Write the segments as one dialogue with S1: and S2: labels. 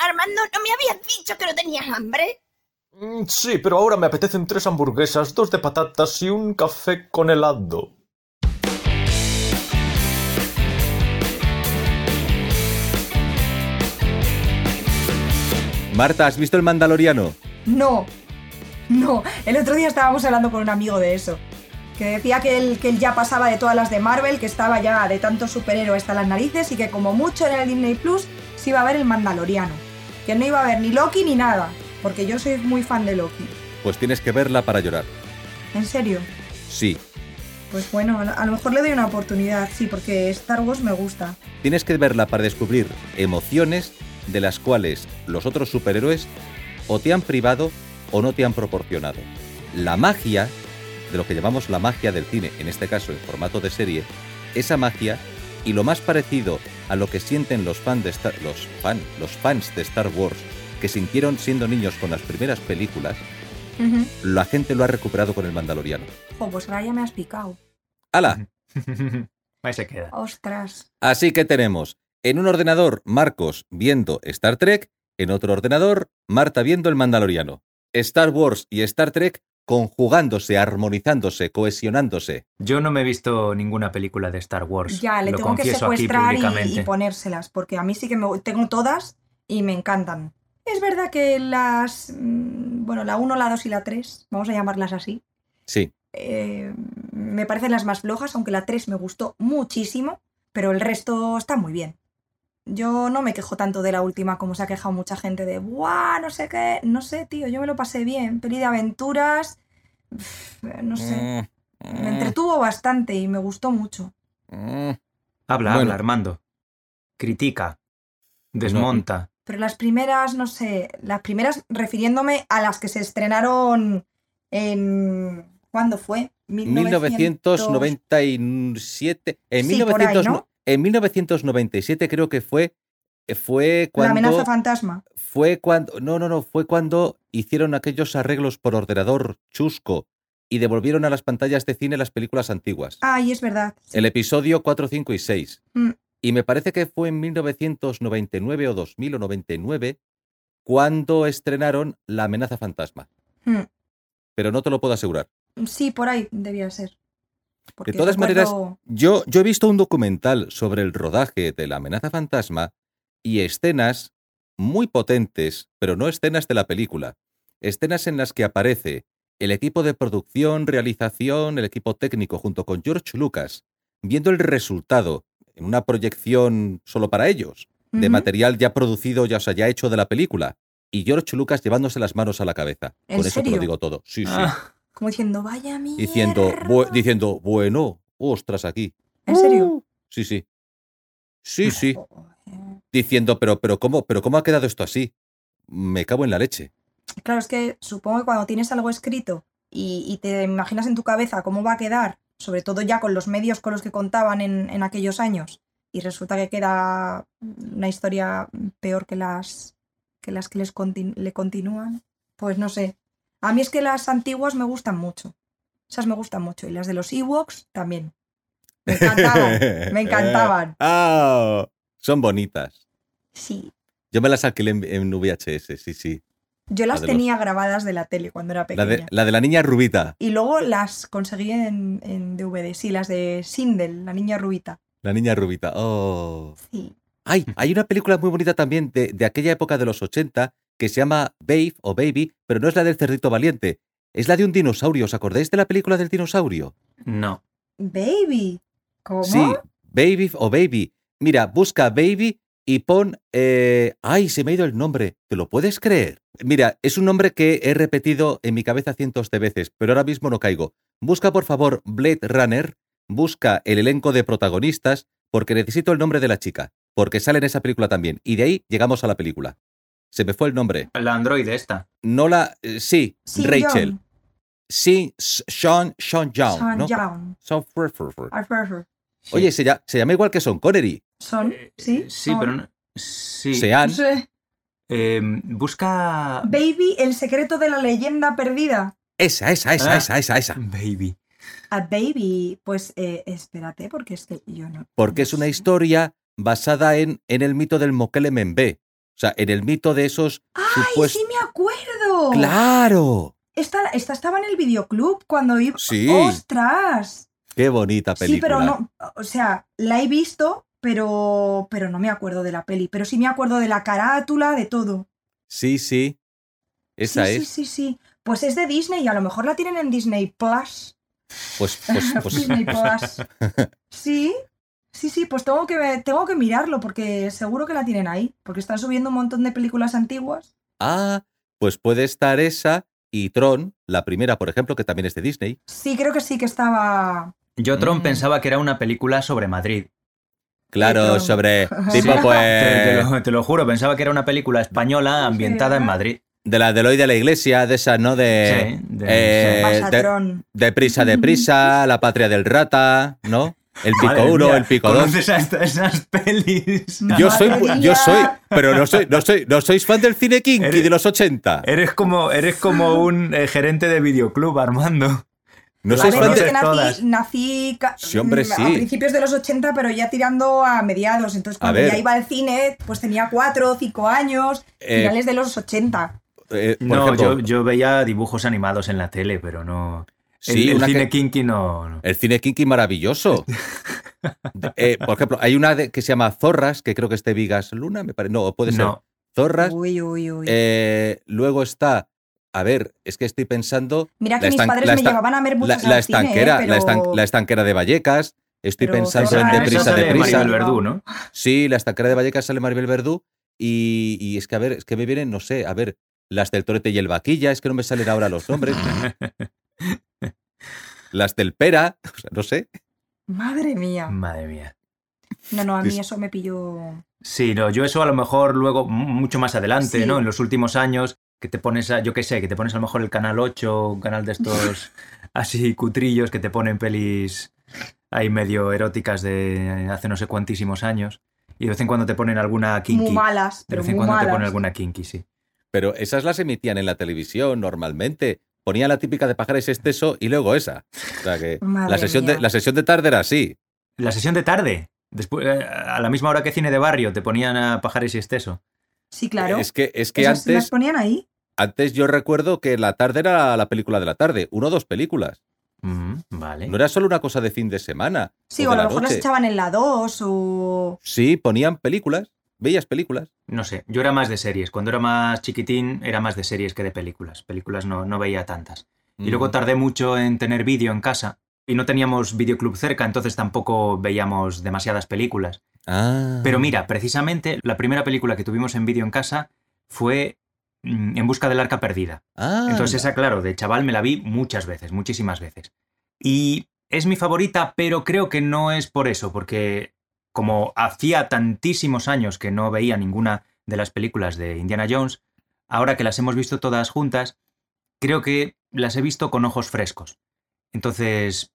S1: Armando, ¿no me habías dicho que no tenías hambre?
S2: Mm, Sí, pero ahora me apetecen tres hamburguesas, dos de patatas y un café con helado.
S3: Marta, ¿has visto el Mandaloriano?
S4: No, no. El otro día estábamos hablando con un amigo de eso. Que decía que él, que él ya pasaba de todas las de Marvel, que estaba ya de tantos superhéroes hasta las narices y que como mucho en el Disney Plus se iba a ver el Mandaloriano. Que no iba a ver ni Loki ni nada. Porque yo soy muy fan de Loki.
S3: Pues tienes que verla para llorar.
S4: En serio.
S3: Sí,
S4: Pues bueno, a lo- a lo mejor le doy una oportunidad, sí, porque Star Wars me gusta.
S3: tienes que verla para descubrir emociones de las cuales los otros superhéroes o te han privado o no te han proporcionado. La magia, de lo que llamamos la magia del cine, en este caso en formato de serie, esa magia y lo más parecido a lo que sienten los, fan de Star- los, fan- los fans de Star Wars que sintieron siendo niños con las primeras películas, la gente lo ha recuperado con el Mandaloriano.
S4: Jo, pues ahora ya me has picado.
S3: ¡Hala!
S5: Ahí se queda.
S4: Ostras.
S3: Así que tenemos en un ordenador Marcos viendo Star Trek, en otro ordenador Marta viendo el Mandaloriano. Star Wars y Star Trek conjugándose, armonizándose, cohesionándose.
S5: Yo no me he visto ninguna película de Star Wars.
S4: Ya, le
S5: pues, lo
S4: tengo que
S5: confieso aquí
S4: secuestrar y- y,
S5: públicamente.
S4: ponérselas, porque a mí sí que me gu- tengo todas y me encantan. Es verdad que las. mm, Bueno, la 1, la 2 y la 3, vamos a llamarlas así,
S3: Sí,
S4: eh, me parecen las más flojas, aunque la 3 me gustó muchísimo, pero el resto está muy bien. Yo no me quejo tanto de la última como se ha quejado mucha gente de, ¡buah! No sé qué. No sé, tío, yo me lo pasé bien. Peli de aventuras. pf, no sé.
S5: Mm.
S4: Me entretuvo bastante y me gustó mucho. mm,
S5: Habla,
S3: Bueno.
S5: habla, Armando. Critica. Desmonta.
S4: Pero las primeras, no sé, las primeras refiriéndome a las que se estrenaron en... ¿Cuándo fue? 1900.
S3: 1997. En,
S4: mm. Sí, por ahí,
S3: 1900
S4: ¿no?
S3: en 1997 creo que fue fue
S4: La amenaza
S3: cuando
S4: fantasma.
S3: fue cuando no no no fue cuando hicieron aquellos arreglos por ordenador chusco y devolvieron a las pantallas de cine las películas antiguas.
S4: Ay, es verdad.
S3: el episodio 4, 5 y 6.
S4: Mm.
S3: Y me parece que fue en 1999 o 2000 o 99 cuando estrenaron La amenaza fantasma.
S4: Mm,
S3: Pero no te lo puedo asegurar.
S4: Sí, por ahí debía ser. Porque
S3: todas
S4: recuerdo-
S3: Yo, yo he visto un documental sobre el rodaje de La amenaza fantasma y escenas muy potentes, pero no escenas de la película. Escenas en las que aparece el equipo de producción, realización, el equipo técnico junto con George Lucas, viendo el resultado en una proyección solo para ellos. de
S4: Ujú.
S3: material ya producido, ya, o sea, ya hecho de la película. Y George Lucas llevándose las manos a la cabeza.
S4: ¿En
S3: Con eso te lo
S4: serio?
S3: digo todo. Sí, sí.
S5: Ah,
S4: Como diciendo, vaya mierda.
S3: diciendo, bu- diciendo, bueno, ostras, aquí.
S4: ¿En serio? Ah. Oh, eh.
S3: Uh, Sí, sí. Sí, sí.
S4: Joder.
S3: Diciendo, pero, pero, ¿cómo, pero ¿cómo ha quedado esto así? Me cago en la leche.
S4: Claro, es que supongo que cuando tienes algo escrito y, y te imaginas en tu cabeza cómo va a quedar, sobre todo ya con los medios con los que contaban en, en aquellos años, y resulta que queda una historia peor que las que, las que les contin- le continúan, pues no sé. A mí es que las antiguas me gustan mucho. Esas me gustan mucho. Y las de los Ewoks también. Me encantaban. me encantaban.
S3: Ah, son bonitas.
S4: Sí.
S3: Yo me las alquilé en, en VHS, sí, sí.
S4: Yo las
S3: de los-
S4: tenía grabadas de la tele cuando era
S3: La
S4: pequeña.
S3: de, la de la niña rubita.
S4: Y luego las conseguí en, en DVD, sí, las de Sindel, la niña rubita.
S3: La niña rubita. Oh.
S4: Sí.
S3: Ay, hay una película muy bonita también de, de aquella época de los 80 que se llama Babe o Baby, pero no es la del cerdito valiente. Es la de un dinosaurio. ¿Os acordáis de la película del dinosaurio?
S5: no.
S4: Baby. ¿Cómo?
S3: Sí, Baby o Baby. Mira, busca Baby y pon... eh, Ay, se me ha ido el nombre. ¿Te lo puedes creer? Mira, es un nombre que he repetido en mi cabeza cientos de veces, pero ahora mismo no caigo. Busca, por favor, Blade Runner. Busca el elenco de protagonistas porque necesito el nombre de la chica, porque sale en esa película también. Y de ahí llegamos a la película. Se me fue el nombre.
S5: La androide esta.
S3: No la... eh, sí,
S4: Sí,
S3: Rachel.
S4: John.
S3: Sí, S- Sean, Sean Young.
S4: Son
S3: ¿no?
S4: Young.
S3: Sean Furfurfur.
S4: Arthur.
S3: Oye, se, lla- se llama igual que Sean Connery.
S4: Son,
S5: Eh,
S4: sí. Ah.
S5: Sí,
S4: son.
S5: pero no. Sí.
S3: Sean.
S4: No sé.
S5: Eh, busca.
S4: Baby, el secreto de la leyenda perdida.
S3: Esa, esa, esa,
S5: Ah.
S3: esa, esa, esa.
S5: Baby.
S4: A Baby, pues eh, espérate, porque es que yo no.
S3: Porque
S4: no
S3: es una
S4: sé.
S3: historia basada en, en el mito del Mokele Membe. sea, en el mito de esos
S4: ¡Ay,
S3: supuestos...
S4: sí me acuerdo!
S3: ¡Claro!
S4: Esta, esta estaba en el videoclub cuando iba.
S3: Sí.
S4: ¡Ostras!
S3: ¡Qué bonita película!
S4: Sí, pero no. O sea, la he visto, pero, pero no me acuerdo de la peli. Pero sí me acuerdo de la carátula, de todo.
S3: Sí, sí. Esa
S4: sí,
S3: es.
S4: Sí, sí, sí. Pues es de Disney y a lo mejor la tienen en Disney Plus.
S3: Pues, pues, pues
S4: Disney Plus. Sí, sí, sí, pues tengo que, ver- tengo que mirarlo porque seguro que la tienen ahí. Porque están subiendo un montón de películas antiguas.
S3: Ah, pues puede estar esa y Tron, la primera, por ejemplo, que también es de Disney.
S4: Sí, creo que sí que estaba.
S5: Yo, Tron,
S3: Mm.
S5: pensaba que era una película sobre Madrid.
S3: Claro,
S4: Tron.
S3: sobre
S4: Sí.
S3: tipo
S5: Te, te
S3: pues
S5: lo, te lo juro, pensaba que era una película española
S4: Sí,
S5: ambientada en
S4: ¿verdad?
S5: Madrid.
S3: de la de Eloy de la Iglesia, de esa, ¿no? De
S5: Sí, de-
S3: eh,
S4: Pasatrón.
S3: de prisa, de prisa, la patria del rata, ¿no? El pico
S5: Madre
S3: uno,
S5: mía,
S3: el pico dos.
S5: ¿conoces a esta- esas pelis?
S3: Yo soy,
S4: Madre mía.
S3: yo soy, pero no soy, no soy, no sois fan del cine kinky
S5: Eres-
S3: de los 80.
S5: Eres como, eres como un eh, gerente de videoclub, Armando.
S3: No
S5: la
S3: sois fan
S4: Pero es
S5: conoces
S3: de,
S4: que
S5: todas.
S4: nací, nací ca-
S3: Sí, hombre,
S4: mm, a
S3: sí.
S4: principios de los 80, pero ya tirando a mediados. Entonces,
S3: A
S4: cuando
S3: ver.
S4: ya iba al cine, pues tenía 4 o 5 años,
S3: Eh,
S4: finales de los 80.
S3: eh, por
S5: No,
S3: ejemplo,
S5: yo, yo veía dibujos animados en la tele, pero no. El-
S3: sí,
S5: el,
S3: una que- Eh,
S5: cine kinky no. no.
S3: El cine kinky maravilloso. De- eh, por ejemplo, hay una de- que se llama Zorras, que creo que es de Vigas Luna, me parece. No, puede ser
S5: No.
S3: Zorras.
S4: Uy, uy, uy.
S3: Eh, luego está, a ver, es que estoy pensando,
S4: Mira
S3: la
S4: que mis
S3: estan-
S4: padres
S3: la
S4: me
S3: estan-
S4: llevaban a ver
S3: la,
S4: muchas
S3: la
S4: al cine,
S3: estanquera,
S4: eh,
S3: la, estan-
S4: pero-
S3: la estanquera de Vallecas, estoy
S4: Pero
S3: pensando
S4: Zorras-
S3: en
S5: Ah,
S4: Deprisa,
S5: eso
S3: Deprisa,
S5: sale de
S3: Deprisa.
S5: Maribel Verdú, ¿no?
S3: Sí, la estanquera de Vallecas sale Maribel Verdú y, y es que, a ver, es que me vienen, no sé, a ver, las del Torete y el Vaquilla, es que no me salen ahora los nombres. las del Pera, o sea, no sé.
S4: Madre mía.
S3: Mm.
S5: Madre mía.
S4: No, no, a mí
S3: Dis-
S4: eso me pilló.
S5: Sí, no, yo eso a lo mejor luego, m- mucho más adelante,
S4: Sí.
S5: ¿no? En los últimos años, que te pones a, yo qué sé, que te pones a lo mejor el canal 8, un canal de estos así cutrillos que te ponen pelis ahí medio eróticas de hace no sé cuantísimos años. Y de vez en cuando te ponen alguna
S4: Muy
S5: kinky.
S4: malas,
S5: De
S4: pero
S5: vez en
S4: muy
S5: cuando te ponen
S4: malas.
S5: alguna kinky, sí.
S3: Pero esas las emitían en la televisión normalmente. Ponía la típica de pajares exceso y luego esa. O sea que la
S4: Madre
S3: sesión,
S4: mía.
S3: de, la sesión de tarde era así.
S5: La sesión de tarde, después, eh, a la misma hora que cine de barrio, te ponían a pajares y exceso.
S4: Sí, claro.
S3: Es que, es que
S4: Esas las
S3: antes,
S4: ponían ahí.
S3: antes yo recuerdo que la tarde era la película de la tarde, una o dos películas.
S5: Mm, vale.
S3: No era solo una cosa de fin de semana.
S4: Sí,
S3: o
S4: o
S3: de
S4: a lo
S3: la
S4: mejor las
S3: noche.
S4: echaban en la 2 o.
S3: Sí, ponían películas, bellas películas.
S5: No sé, yo era más de series. Cuando era más chiquitín, era más de series que de películas. Películas no, no veía tantas. Y luego
S3: Mm.
S5: tardé mucho en tener vídeo en casa. Y no teníamos videoclub cerca, entonces tampoco veíamos demasiadas películas.
S3: Ah.
S5: Pero mira, precisamente la primera película que tuvimos en vídeo en casa fue mm, En busca del arca perdida.
S3: Ah,
S5: Entonces
S3: anda.
S5: esa, claro, de chaval me la vi muchas veces, muchísimas veces. Y es mi favorita, pero creo que no es por eso, porque como hacía tantísimos años que no veía ninguna de las películas de Indiana Jones, ahora que las hemos visto todas juntas, creo que las he visto con ojos frescos. Entonces,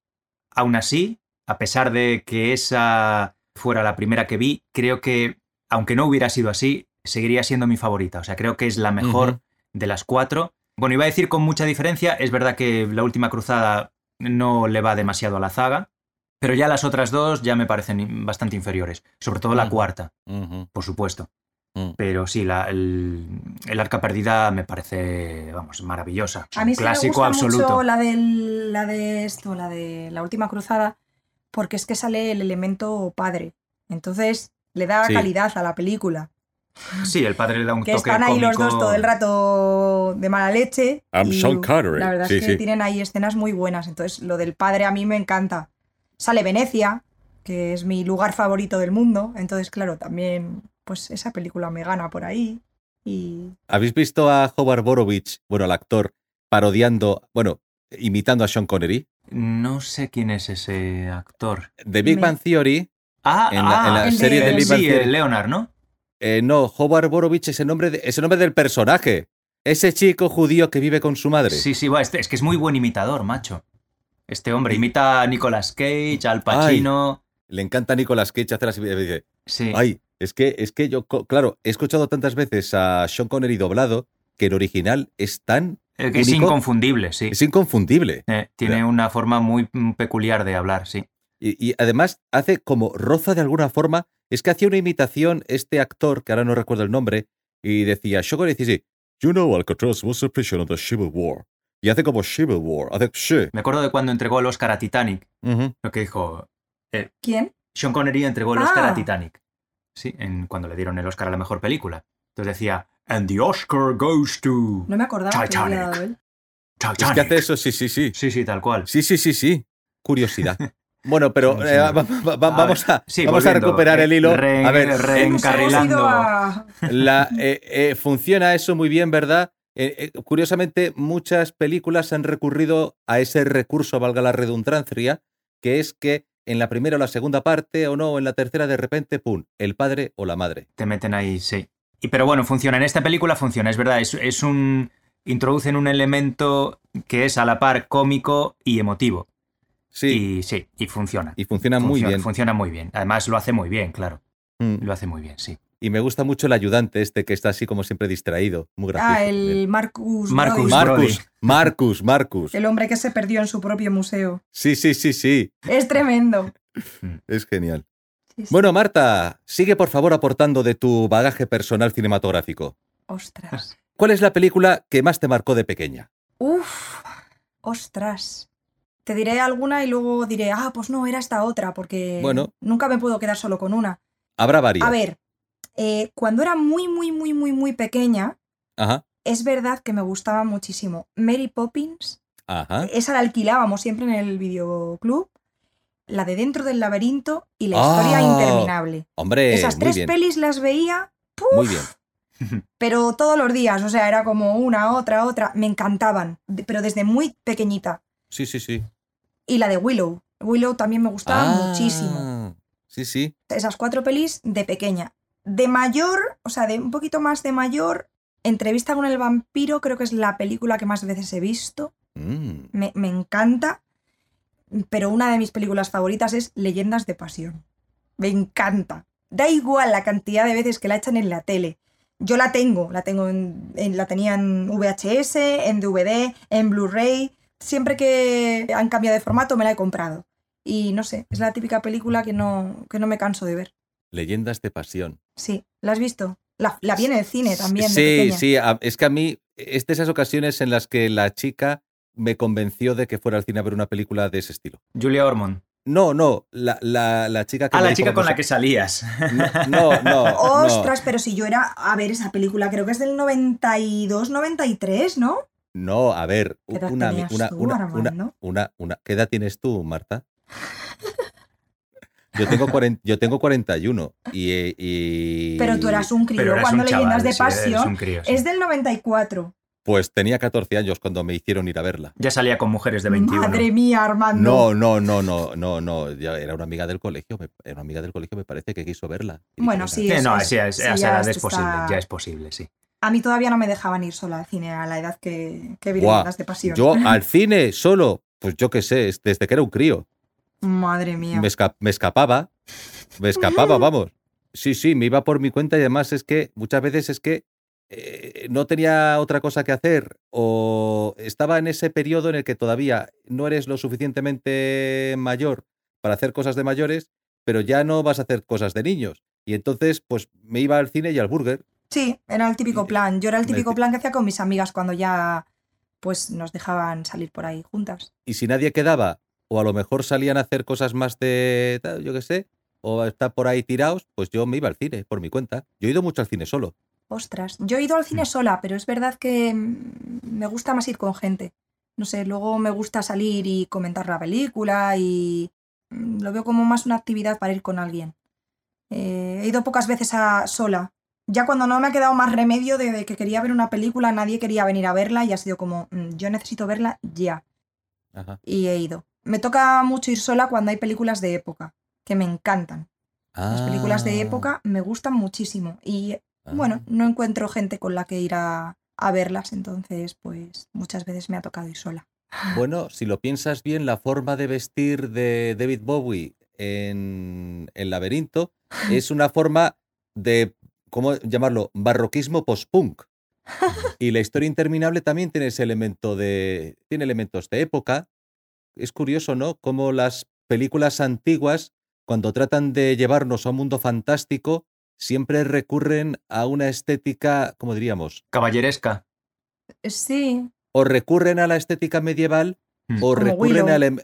S5: aún así, a pesar de que esa fuera la primera que vi, creo que, aunque no hubiera sido así, seguiría siendo mi favorita. O sea, creo que es la mejor
S3: Ujú.
S5: de las cuatro. Bueno, iba a decir con mucha diferencia, es verdad que la última cruzada no le va demasiado a la zaga, pero ya las otras dos ya me parecen bastante inferiores, sobre todo la
S3: Ujú.
S5: cuarta,
S3: Ujú,
S5: por supuesto.
S3: mm.
S5: Pero sí, la- el, el arca perdida me parece, vamos, maravillosa. Es
S4: A
S5: un
S4: mí es que me
S5: clásico
S4: gusta
S5: absoluto.
S4: mucho la, del, la de esto, la de la última cruzada, porque es que sale el elemento padre. Entonces le da
S3: Sí.
S4: calidad a la película.
S5: Sí, el padre le da un
S4: Que
S5: toque
S4: están ahí los
S5: cómico.
S4: dos todo el rato de mala leche.
S3: I'm
S4: y
S3: Sean Connery.
S4: La verdad
S3: Sí,
S4: es que
S3: sí.
S4: tienen ahí escenas muy buenas. Entonces lo del padre a mí me encanta. Sale Venecia, que es mi lugar favorito del mundo. Entonces, claro, también pues esa película me gana por ahí. Y
S3: ¿Habéis visto a Howard Borovich, bueno, al actor, parodiando, bueno, imitando a Sean Connery?
S5: No sé quién es ese actor.
S3: De Big
S4: Me-
S3: Bang Theory,
S5: Ah,
S3: en la, en la
S5: ah,
S4: el
S3: serie
S4: de-
S3: de,
S5: el-
S3: Big Bang
S5: sí,
S3: Theory.
S5: el Leonard, ¿no?
S3: Eh, no, Howard Borovich es el, nombre de- es el nombre del personaje. Ese chico judío que vive con su madre.
S5: Sí, sí, va, este- es que es muy buen imitador, macho. Este hombre imita a Nicolas Cage, al Pacino.
S3: Le encanta a Nicolas Cage hacer así. y Dice,
S5: Sí.
S3: ay, es que, es que yo, co- claro, he escuchado tantas veces a Sean Connery doblado que el original es tan...
S5: Eh, que es
S3: único.
S5: inconfundible, sí.
S3: es inconfundible.
S5: Eh, tiene
S3: Ya.
S5: una forma muy mm, peculiar de hablar, sí.
S3: Y, y además hace como roza de alguna forma. Es que hacía una imitación este actor, que ahora no recuerdo el nombre, Y decía, Shogun y dice, You know Alcatraz was a prisoner of the Civil War. Y hace como Civil War, hace "Sí".
S5: Me acuerdo de cuando entregó el Oscar a Titanic,
S3: Ujú.
S5: lo que dijo.
S4: ¿Quién?
S5: Sean Connery entregó el Oscar a
S4: Ah.
S5: Titanic. Sí, en, cuando le dieron el Oscar a la mejor película. Entonces decía, And the Oscar goes to
S4: No me acordaba que le había
S5: Titanic.
S4: dado él.
S3: Es que
S5: Titanic.
S3: hace eso, sí, sí, sí.
S5: Sí, sí, tal cual.
S3: Sí, sí, sí, sí. Curiosidad. Bueno, pero
S5: Sí,
S3: eh,
S5: señor.
S3: va- va- va-
S5: A
S3: vamos, a,
S5: sí,
S3: vamos a
S5: volviendo. Eh,
S3: recuperar el hilo.
S5: Re-
S3: a ver,
S5: re-
S3: en-
S4: Nos hemos
S5: Encarrilando.
S4: ido a-
S3: la, eh, eh, funciona eso muy bien, ¿verdad? Eh, eh, curiosamente, muchas películas han recurrido a ese recurso, valga la redundancia, que es que en la primera o la segunda parte, o no, o en la tercera, de repente, ¡pum!, el padre o la madre.
S5: Te meten ahí, sí. Y, pero bueno, funciona. En esta película funciona, es verdad. Es, es un. Introducen un elemento que es a la par cómico y emotivo.
S3: Sí,
S5: Y sí, y funciona.
S3: y, funciona, muy
S5: Funciona-
S3: bien.
S5: Funciona muy bien. Además, lo hace muy bien, claro.
S3: Mm.
S5: Lo hace muy bien, sí.
S3: Y me gusta mucho el ayudante este que está así como siempre distraído. Muy gracioso.
S4: Ah, el Marcus.
S5: Marcus
S4: Brody,
S5: Brody.
S3: Marcus, Marcus, Marcus.
S4: El hombre que se perdió en su propio museo.
S3: Sí, sí, sí, sí.
S4: Es tremendo.
S3: Es genial.
S4: Sí, sí.
S3: Bueno, Marta, sigue por favor aportando de tu bagaje personal cinematográfico.
S4: Ostras.
S3: ¿Cuál es la película que más te marcó de pequeña?
S4: Uf. Ostras. Te diré alguna y luego diré, ah, pues no, era esta otra, porque
S3: Bueno.
S4: nunca me puedo quedar solo con una.
S3: Habrá varias.
S4: A ver, eh, cuando era muy, muy, muy, muy, muy pequeña,
S3: Ajá,
S4: es verdad que me gustaba muchísimo Mary Poppins.
S3: ajá.
S4: Esa la alquilábamos siempre en el videoclub. La de Dentro del Laberinto y La Historia
S3: Ah.
S4: Interminable.
S3: Hombre,
S4: Esas
S3: muy
S4: tres
S3: bien.
S4: pelis las veía
S3: Muy bien.
S4: pero todos los días, o sea, era como una, otra, otra, me encantaban, de- pero desde muy pequeñita.
S3: Sí, sí, sí.
S4: Y la de Willow, Willow también me gustaba
S3: Ah,
S4: muchísimo.
S3: Sí, sí.
S4: Esas cuatro pelis de pequeña. De mayor, o sea, de un poquito más de mayor, Entrevista con el vampiro creo que es la película que más veces he visto,
S3: Mm.
S4: me, me encanta, pero una de mis películas favoritas es Leyendas de Pasión. Me encanta. Da igual la cantidad de veces que la echan en la tele. Yo la tengo, la tengo en, en- la tenía en VHS, en DVD, en Blu-ray. Siempre que han cambiado de formato me la he comprado. Y no sé, es la típica película que no, que no me canso de ver.
S3: Leyendas de pasión.
S4: Sí, ¿la has visto? La, la vi en el cine también. de
S3: Sí,
S4: pequeña.
S3: sí. a- Es que a mí es de esas ocasiones en las que la chica me convenció de que fuera al cine a ver una película de ese estilo.
S5: Julia Ormond.
S3: No, no, la, la- la chica que...
S5: Ah,
S3: me
S5: la
S3: dijo
S5: chica con la
S3: vamos
S5: que salías.
S3: a- No, no, no.
S4: Ostras, pero si yo era a ver esa película, creo que es del 92, 93, ¿no?
S3: No, a ver,
S4: ¿Qué edad
S3: una,
S4: tenías
S3: una,
S4: tú,
S3: una, una,
S4: Armando?
S3: una, una- ¿Qué edad tienes tú, Marta? Yo tengo, 40, yo tengo 41 y, eh, y...
S4: Pero tú eras un crío
S5: Pero eras
S4: cuando
S5: un chaval,
S4: leyendas de
S5: sí, eres
S4: pasión.
S5: un crío, sí.
S4: Es del 94.
S3: Pues tenía 14 años cuando me hicieron ir a verla.
S5: Ya salía con mujeres de 21.
S4: Madre mía, Armando.
S3: No, no, no, no, no, no. ya era una amiga del colegio, me- era una amiga del colegio, me parece que quiso verla. Y dije,
S4: Bueno,
S3: "Venga".
S4: sí.
S5: Sí, no,
S4: es-
S5: sí, es-
S4: sí,
S5: a esa
S4: ya
S5: edad es
S4: está-
S5: posible, ya es posible, sí.
S4: A mí todavía no me dejaban ir sola al cine a la edad que, que vi
S3: Buah,
S4: leyendas de pasión.
S3: Yo al cine solo, pues yo qué sé, es desde que era un crío.
S4: Madre mía.
S3: me, esca- me escapaba. Me escapaba, vamos. Sí, sí, me iba por mi cuenta y además es que muchas veces es que eh, no tenía otra cosa que hacer o estaba en ese periodo en el que todavía no eres lo suficientemente mayor para hacer cosas de mayores, pero ya no vas a hacer cosas de niños. Y entonces, pues me iba al cine y al burger.
S4: Sí, era el típico plan. Yo era el
S3: Me-
S4: típico plan que hacía con mis amigas cuando ya pues nos dejaban salir por ahí juntas.
S3: Y si nadie quedaba, o a lo mejor salían a hacer cosas más de, tal, yo qué sé, o estar por ahí tirados, pues yo me iba al cine por mi cuenta. Yo he ido mucho al cine solo.
S4: Ostras, yo he ido al cine sola, pero es verdad que mm, me gusta más ir con gente. No sé, luego me gusta salir y comentar la película y mm, lo veo como más una actividad para ir con alguien. Eh, he ido pocas veces a sola. Ya cuando no me ha quedado más remedio de, de que quería ver una película, nadie quería venir a verla y ha sido como, "Mm, yo necesito verla ya.
S3: Ajá.
S4: Y he ido. Me toca mucho ir sola cuando hay películas de época, que me encantan. Las películas de
S3: Ah,
S4: época me gustan muchísimo y
S3: ah.
S4: bueno, no encuentro gente con la que ir a, a verlas, entonces pues muchas veces me ha tocado ir sola.
S3: Bueno, si lo piensas bien, la forma de vestir de David Bowie en El laberinto es una forma de, ¿cómo llamarlo? Barroquismo post-punk. Y la historia interminable también tiene ese elemento de. tiene elementos de época. Es curioso, ¿no? Como las películas antiguas, cuando tratan de llevarnos a un mundo fantástico, siempre recurren a una estética, como diríamos,
S5: Caballeresca.
S4: Eh, Sí,
S3: o recurren a la estética medieval
S5: Mm.
S3: o
S4: Como
S3: recurren
S4: Willow.
S3: al em-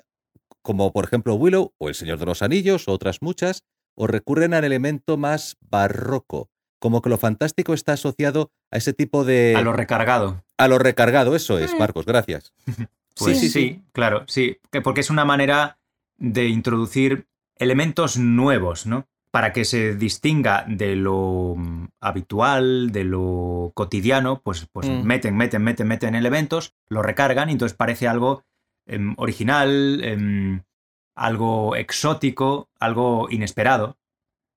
S3: como por ejemplo Willow o El Señor de los Anillos o otras muchas, o recurren al elemento más barroco, como que lo fantástico está asociado a ese tipo de
S5: a lo recargado.
S3: a lo recargado, eso es,
S4: Mm.
S3: Marcos, gracias.
S5: Pues
S3: Sí,
S5: sí,
S3: sí,
S5: claro, sí. que- Porque es una manera de introducir elementos nuevos, ¿no? Para que se distinga de lo mm, habitual, de lo cotidiano, pues, pues
S3: Mm.
S5: meten, meten, meten, meten elementos, lo recargan y entonces parece algo em, original, em, algo exótico, algo inesperado.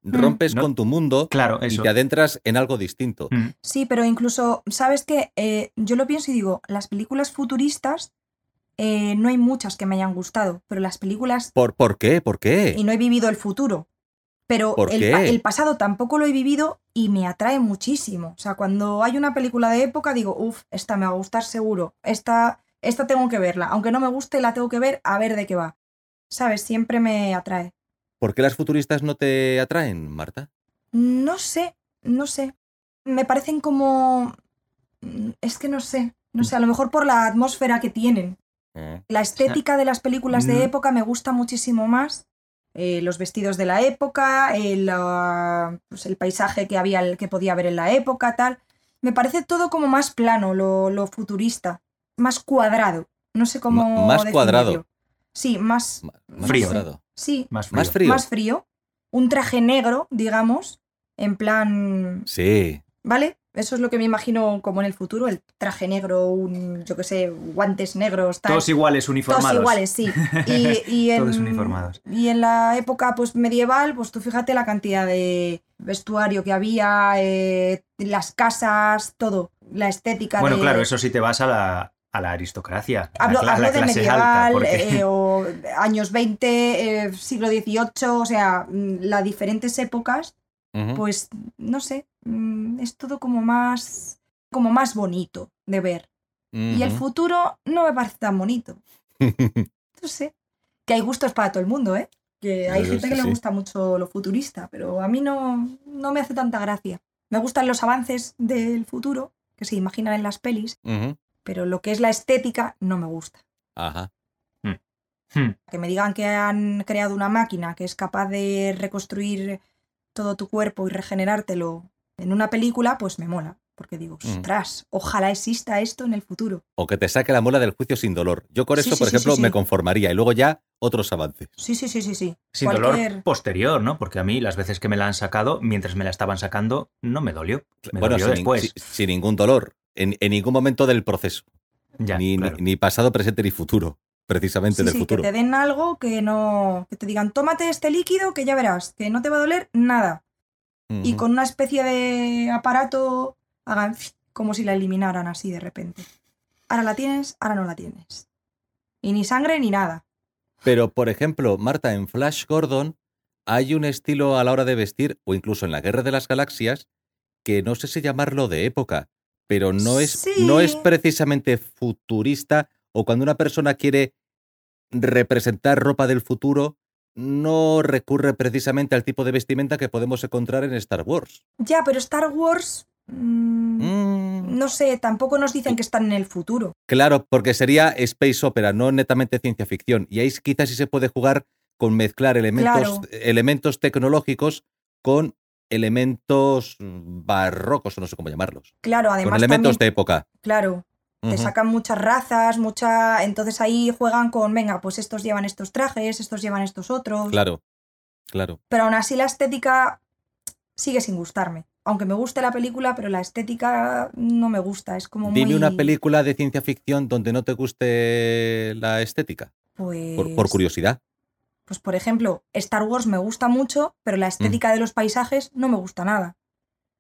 S3: Rompes
S5: Hmm. No.
S3: con tu mundo
S5: Claro,
S3: y
S5: eso.
S3: te adentras en algo distinto.
S5: Mm.
S4: Sí, pero incluso, ¿sabes qué? Eh, yo lo pienso y digo, las películas futuristas eh, no hay muchas que me hayan gustado, pero las películas...
S3: ¿Por, por qué? ¿Por qué?
S4: Y no he vivido el futuro. Pero
S3: ¿Por
S4: el, pa-
S3: qué?
S4: el pasado tampoco lo he vivido y me atrae muchísimo. O sea, cuando hay una película de época digo, uff, esta me va a gustar seguro, esta, esta tengo que verla. Aunque no me guste, la tengo que ver a ver de qué va. ¿Sabes? Siempre me atrae.
S3: ¿Por qué las futuristas no te atraen, Marta?
S4: No sé, no sé. Me parecen como... mm, Es que no sé. No sé, a lo mejor por la atmósfera que tienen.
S3: Eh,
S4: La estética de las películas
S5: no-
S4: de época me gusta muchísimo más. Eh, los vestidos de la época, el, ah, pues el paisaje que había, el que podía haber en la época, tal. Me parece todo como más plano, lo, lo futurista, más cuadrado. No sé cómo.
S3: M- más cuadrado.
S4: definirlo. Sí, más.
S3: ma- más
S5: Frío.
S3: cuadrado.
S4: Sí,
S5: Más frío.
S3: Más frío.
S4: más frío. Un traje negro, digamos. En plan.
S3: Sí.
S4: ¿Vale? Eso es lo que me imagino como en el futuro: el traje negro, un. Yo qué sé, guantes negros, tal.
S5: Todos iguales, uniformados.
S4: Todos iguales, sí. Y, y en,
S5: Todos uniformados.
S4: Y en la época pues, medieval, pues tú fíjate la cantidad de vestuario que había, eh, las casas, todo, la estética.
S5: Bueno,
S4: de-
S5: claro, eso sí te vas a la, a la aristocracia. a
S4: Hablo,
S5: la, cla-
S4: hablo
S5: la
S4: de
S5: clase
S4: medieval,
S5: alta. Porque...
S4: eh, o años 20, eh, siglo XVIII, o sea, mm, las diferentes épocas,
S3: Ujú.
S4: pues no sé, mm, es todo como más, como más bonito de ver. Y el
S3: Ujú.
S4: futuro no me parece tan bonito. No sé. Que hay gustos para todo el mundo, ¿eh? Que hay
S3: Yo creo
S4: gente
S3: que
S4: que le
S3: sí.
S4: gusta mucho lo futurista, pero a mí no, no me hace tanta gracia. Me gustan los avances del futuro, que se imaginan en las pelis,
S3: Ujú.
S4: pero lo que es la estética no me gusta.
S3: Ajá.
S5: Hmm.
S4: Que me digan que han creado una máquina que es capaz de reconstruir todo tu cuerpo y regenerártelo en una película, pues me mola. Porque digo,
S3: Mm.
S4: ostras, ojalá exista esto en el futuro.
S3: O que te saque la muela del juicio sin dolor. Yo con
S4: Sí,
S3: eso,
S4: sí,
S3: por
S4: sí, sí,
S3: ejemplo,
S4: sí.
S3: me conformaría y luego ya otros avances.
S4: Sí, sí, sí, sí, sí.
S5: Sin dolor posterior, ¿no? Porque a mí las veces que me la han sacado, mientras me la estaban sacando, no me dolió. Me
S3: bueno,
S5: dolió
S3: sin, nin-
S5: después.
S3: si- sin ningún dolor. En, en ningún momento del proceso.
S5: Ya,
S3: ni, ni-
S5: claro.
S3: ni pasado, presente ni futuro. Precisamente
S4: Sí,
S3: del
S4: sí,
S3: futuro.
S4: que te den algo que no. que te digan, tómate este líquido que ya verás, que no te va a doler nada. Y
S3: Ujú.
S4: con una especie de aparato hagan como si la eliminaran así de repente. Ahora la tienes, ahora no la tienes. Y ni sangre ni nada.
S3: Pero, por ejemplo, Marta, en Flash Gordon hay un estilo a la hora de vestir, o incluso en la Guerra de las Galaxias, que no sé si llamarlo de época, pero no es, no es
S4: Sí.
S3: precisamente futurista, o cuando una persona quiere representar ropa del futuro, no recurre precisamente al tipo de vestimenta que podemos encontrar en Star Wars.
S4: Ya, pero Star Wars. mm,
S3: Mm,
S4: No sé, tampoco nos dicen que están en el futuro.
S3: Claro, porque sería space opera, no netamente ciencia ficción. Y ahí s- quizás sí se puede jugar con mezclar elementos,
S4: Claro.
S3: elementos tecnológicos con elementos mm, barrocos, o no sé cómo llamarlos.
S4: Claro,
S3: con
S4: además.
S3: elementos
S4: También,
S3: de época.
S4: Claro, Te
S3: Ujú.
S4: sacan muchas razas, mucha. Entonces ahí juegan con, venga, pues estos llevan estos trajes, estos llevan estos otros.
S3: Claro, claro.
S4: Pero aún así la estética sigue sin gustarme. Aunque me guste la película, pero la estética no me gusta. Es como
S3: Dime
S4: muy...
S3: una película de ciencia ficción donde no te guste la estética,
S4: Pues,
S3: por, por curiosidad.
S4: Pues por ejemplo, Star Wars me gusta mucho, pero la estética de los paisajes no me gusta nada.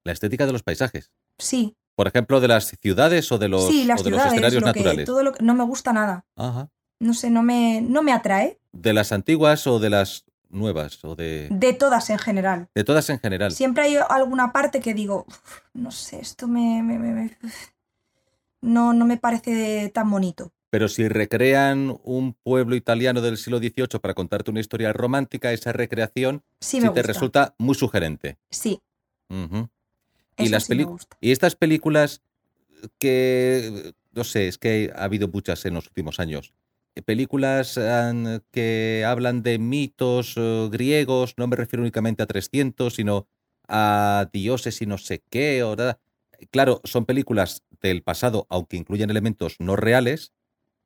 S3: La estética de los paisajes.
S4: Sí,
S3: Por ejemplo, de las ciudades o de los,
S4: sí, las
S3: o de los
S4: ciudades,
S3: escenarios
S4: lo que-
S3: naturales.
S4: todo lo que no me gusta nada.
S3: Ajá.
S4: No sé, no me, no me atrae.
S3: De las antiguas o de las nuevas o de...
S4: De todas en general.
S3: De todas en general.
S4: Siempre hay alguna parte que digo, "Uf, no sé, esto me, me- me- me- no, no me parece tan bonito.
S3: Pero si recrean un pueblo italiano del siglo XVIII para contarte una historia romántica, esa recreación sí
S4: Sí me
S3: te
S4: gusta.
S3: resulta muy sugerente.
S4: Sí.
S3: Ujú. Y,
S4: Eso
S3: las
S4: sí me
S3: peli-
S4: gusta.
S3: y estas películas que, no sé, es que ha habido muchas en los últimos años. Eh, Películas eh, que hablan de mitos eh, griegos, no me refiero únicamente a 300, sino a dioses y no sé qué. O nada. Claro, son películas del pasado, aunque incluyen elementos no reales,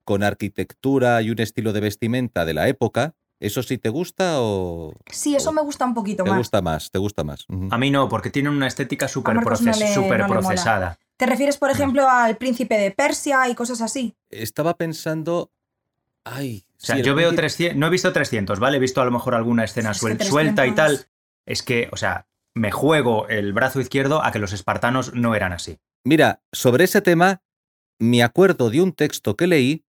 S3: con arquitectura y un estilo de vestimenta de la época. ¿Eso sí te gusta o
S4: Sí, eso me gusta un poquito
S3: te
S4: más.
S3: gusta más? ¿Te gusta más? Ujú.
S5: A mí no, porque tienen una estética súper
S4: Marcos eh, no le- no le mola.
S5: procesada.
S4: ¿Te refieres, por ejemplo, al príncipe de Persia y cosas así?
S3: Estaba pensando. Ay.
S5: O sea,
S3: sí, el
S5: yo veo
S3: príncipe-
S5: 300, no he visto 300, ¿vale? He visto a lo mejor alguna escena
S4: Es que
S5: suel- suelta y
S4: 300.
S5: tal. Es que, o sea, me juego el brazo izquierdo a que los espartanos no eran así.
S3: Mira, sobre ese tema, me acuerdo de un texto que leí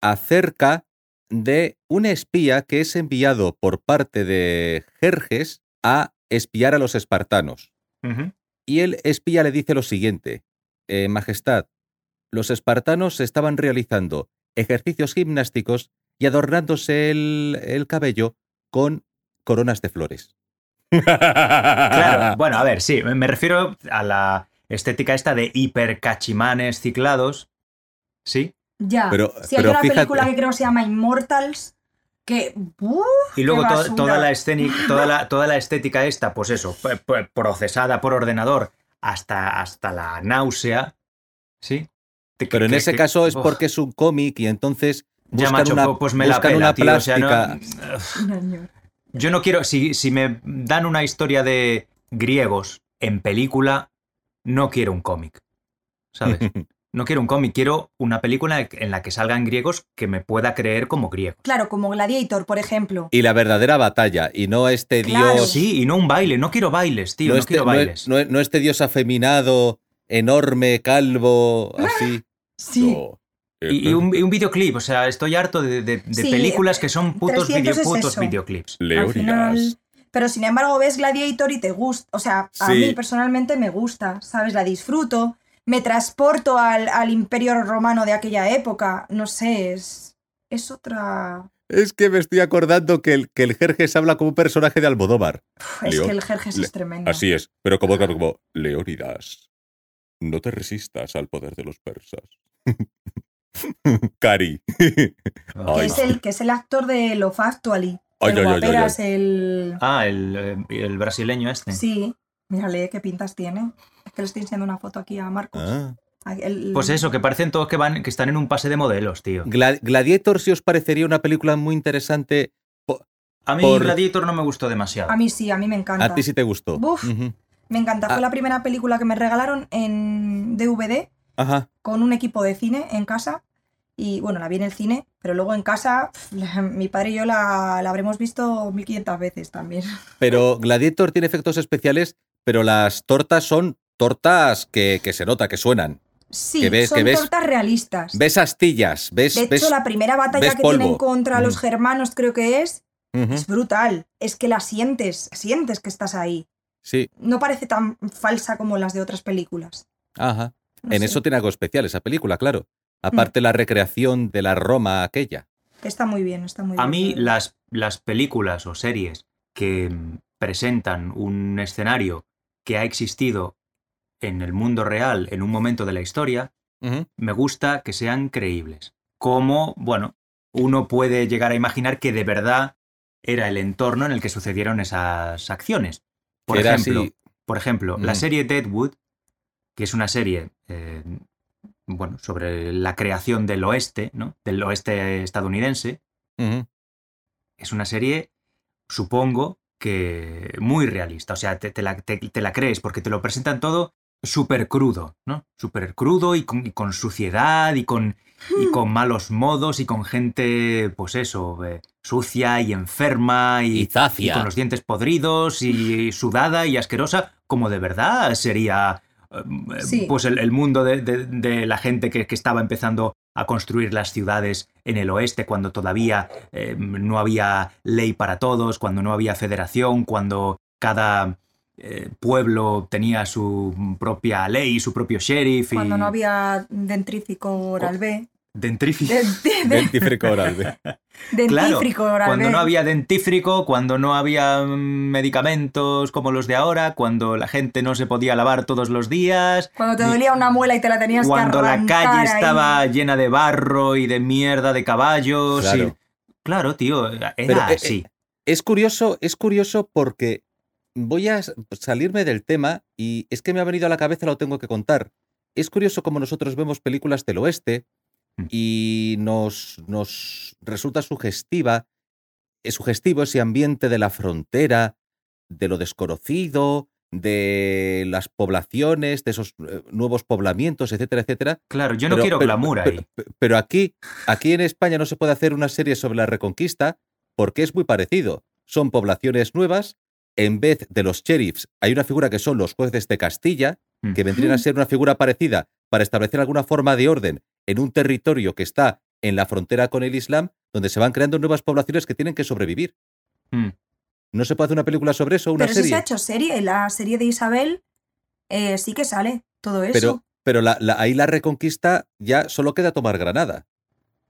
S3: acerca de un espía que es enviado por parte de Jerjes a espiar a los espartanos.
S5: Ujú.
S3: Y el espía le dice lo siguiente: "Eh, Majestad, los espartanos estaban realizando ejercicios gimnásticos y adornándose el, el cabello con coronas de flores.
S5: Claro, bueno, a ver, sí, me- me refiero a la estética esta de hipercachimanes ciclados. ¿Sí?
S4: Ya.
S3: Pero-
S4: si
S3: pero
S4: hay una
S3: fíjate-
S4: película que creo que se llama Immortals, que. ¡buh!
S5: Y luego
S4: ¡Qué
S5: to-
S4: basura!
S5: toda, la esceni- toda, la, toda la estética esta, pues eso, p- p- procesada por ordenador hasta, hasta la náusea. ¿Sí? Te-
S3: Pero en
S5: que-
S3: ese
S5: que-
S3: caso es
S5: uf,
S3: porque es un cómic y entonces
S5: Ya,
S3: buscan
S5: macho,
S3: una,
S5: pues me la
S3: buscan
S5: pela,
S3: una
S5: tío, o sea, no-
S3: plástica.
S4: No, señor.
S5: Yo no quiero, si, si me dan una historia de griegos en película, no quiero un cómic, ¿sabes? No quiero un cómic, quiero una película en la que salgan griegos que me pueda creer como griego.
S4: Claro, como Gladiator, por ejemplo.
S3: y la verdadera batalla y no este
S4: Claro.
S3: dios,
S5: Sí, y no un baile, no quiero bailes, tío, no,
S3: no, este,
S5: quiero
S3: no-
S5: bailes.
S3: no- no este dios afeminado, enorme, calvo, así.
S4: Ah, Sí.
S3: No.
S5: Y, y un, y un videoclip, o sea, estoy harto de, de- de
S4: Sí,
S5: películas que son putos,
S4: 300
S5: video-
S4: es
S5: putos
S4: eso.
S5: videoclips.
S4: Al final- Pero sin embargo, ves Gladiator y te gusta. O sea, a
S3: Sí.
S4: mí personalmente me gusta, ¿sabes? La disfruto. Me transporto al, al imperio romano de aquella época. No sé, es. Es otra.
S3: Es que me estoy acordando que el, que el Jerjes habla como un personaje de Almodóvar.
S4: Uf, es
S3: Leo,
S4: que el Jerjes
S3: le-
S4: es tremendo.
S3: es, pero como, como Leónidas, no te resistas al poder de los persas. Cari.
S4: que,
S5: Ah,
S3: Ay,
S4: es
S3: no.
S4: el, que es el actor de Love Actually.
S3: Ay,
S4: el
S3: ay, ay, ay, Ah.
S4: guaperas, el.
S5: Ah, el, eh, el brasileño este.
S4: Sí. Mírale qué pintas tiene. Es que le estoy enseñando una foto aquí a Marcos.
S3: Ah.
S4: A- el-
S5: Pues eso, que parecen todos que van, que están en un pase de modelos, tío.
S3: Gla- Gladiator, si os parecería una película muy interesante,
S5: A mí
S3: Por-
S5: Gladiator no me gustó demasiado.
S4: A mí sí, a mí me encanta.
S3: a ti sí te gustó.
S4: Buf.
S3: Ujú.
S4: Me encanta. Fue
S3: Ah.
S4: la primera película que me regalaron en DVD
S3: Ajá.
S4: con un equipo de cine en casa. Y bueno, la vi en el cine, pero luego en casa pf, la- mi padre y yo la, la habremos visto 1500 veces también.
S3: Pero Gladiator tiene efectos especiales, pero las tortas son tortas que, que se nota, que suenan.
S4: Sí,
S3: Que ves-
S4: son
S3: que ves-
S4: tortas realistas.
S3: Ves astillas, ves.
S4: de hecho,
S3: ves-
S4: la primera batalla
S3: ves
S4: que
S3: polvo.
S4: tienen contra los
S3: Mm.
S4: germanos creo que es,
S3: Ujú,
S4: es brutal. Es que la sientes, sientes que estás ahí.
S3: Sí,
S4: No parece tan falsa como las de otras películas.
S3: ajá.
S4: No
S3: en
S4: sé, Mm.
S3: eso tiene algo especial esa película, claro. Aparte la recreación de la Roma aquella.
S4: Está muy bien, está muy bien.
S5: A mí
S4: la verdad.
S5: las, las películas o series que mm, presentan un escenario que ha existido en el mundo real en un momento de la historia,
S3: Ujú.
S5: me gusta que sean creíbles. Como, bueno, uno puede llegar a imaginar que de verdad era el entorno en el que sucedieron esas acciones. Por
S3: Era
S5: ejemplo,
S3: así-
S5: por ejemplo,
S3: Mm.
S5: la serie Deadwood, que es una serie eh, bueno, sobre la creación del oeste, ¿no? Del oeste estadounidense,
S3: ujú.
S5: es una serie, supongo, que muy realista. O sea, te, te la, te- te la crees porque te lo presentan todo súper crudo, ¿no? Súper crudo y con, y con suciedad y con, y con malos modos y con gente, pues eso, eh, sucia y enferma
S3: Y
S5: y, y
S3: zafia.
S5: con los dientes podridos y sudada y asquerosa, como de verdad sería... eh,
S4: Sí.
S5: Pues el, el mundo de, de- de la gente que- que estaba empezando a construir las ciudades en el oeste cuando todavía eh, no había ley para todos, cuando no había federación, cuando cada eh, pueblo tenía su propia ley, su propio sheriff. y
S4: Cuando no había dentrífico oral B.
S5: Dentrífico.
S4: De- de- de-
S3: Dentífrico oral B.
S4: Dentífrico, ahora
S5: Cuando
S4: ve.
S5: no había dentífrico, cuando no había mm, medicamentos como los de ahora, cuando la gente no se podía lavar todos los días,
S4: Cuando te dolía una muela y te la tenías
S5: cuando
S4: que
S5: la
S4: arrancar
S5: calle
S4: ahí.
S5: estaba llena de barro y de mierda de caballos. y-
S3: Claro.
S5: Claro, tío, era
S3: Pero, eh,
S5: así.
S3: Es curioso, es curioso porque voy a s- salirme del tema y es que me ha venido a la cabeza, lo tengo que contar. Es curioso como nosotros vemos películas del oeste
S5: Mm.
S3: y nos, nos resulta sugestiva, es sugestivo ese ambiente de la frontera, de lo desconocido, de las poblaciones, de esos eh, nuevos poblamientos, etcétera, etcétera.
S5: claro, yo no
S3: pero-
S5: quiero
S3: pero-
S5: glamour ahí.
S3: Pe- Pero aquí, aquí en España no se puede hacer una serie sobre la Reconquista porque es muy parecido. Son poblaciones nuevas. En vez de los sheriffs, hay una figura que son los jueces de Castilla,
S5: Mm.
S3: que vendrían a ser una figura parecida para establecer alguna forma de orden en un territorio que está en la frontera con el Islam, donde se van creando nuevas poblaciones que tienen que sobrevivir.
S5: Mm.
S3: No se puede hacer una película sobre eso, una
S4: Pero sí
S3: serie.
S4: se ha hecho serie. La serie de Isabel eh, sí que sale todo eso.
S3: Pero, pero la- la- ahí la reconquista ya solo queda tomar Granada.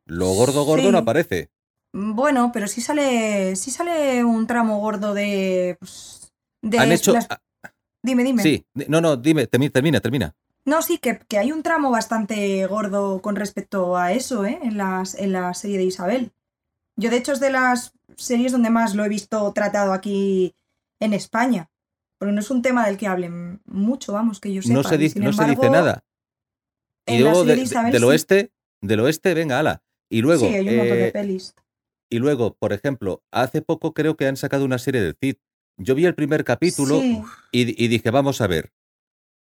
S3: Lo gordo gordo
S4: Sí.
S3: no aparece.
S4: Bueno, pero sí sale, sí sale un tramo gordo de. pues, de
S3: Han hecho.
S4: las-
S3: ah,
S4: Dime, dime.
S3: Sí, di- no, no, dime, termi- termina, termina.
S4: No, sí, que, que hay un tramo bastante gordo con respecto a eso, ¿eh? En, las, en la serie de Isabel. Yo, de hecho, es de las series donde más lo he visto tratado aquí en España. Porque no es un tema del que hablen mucho, vamos, que yo sepa.
S3: no se,
S4: Y,
S3: dice,
S4: sin
S3: no se dice
S4: embargo,
S3: nada. Y
S4: en la
S3: luego
S4: serie
S3: de-
S4: de
S3: de-
S4: Isabel
S3: del
S4: sí.
S3: oeste, del oeste, venga, ala. Y luego,
S4: sí, hay un montón de
S3: eh,
S4: pelis.
S3: y luego, por ejemplo, hace poco creo que han sacado una serie del Cid. Yo vi el primer capítulo
S4: Sí.
S3: y, di- y dije, vamos a ver,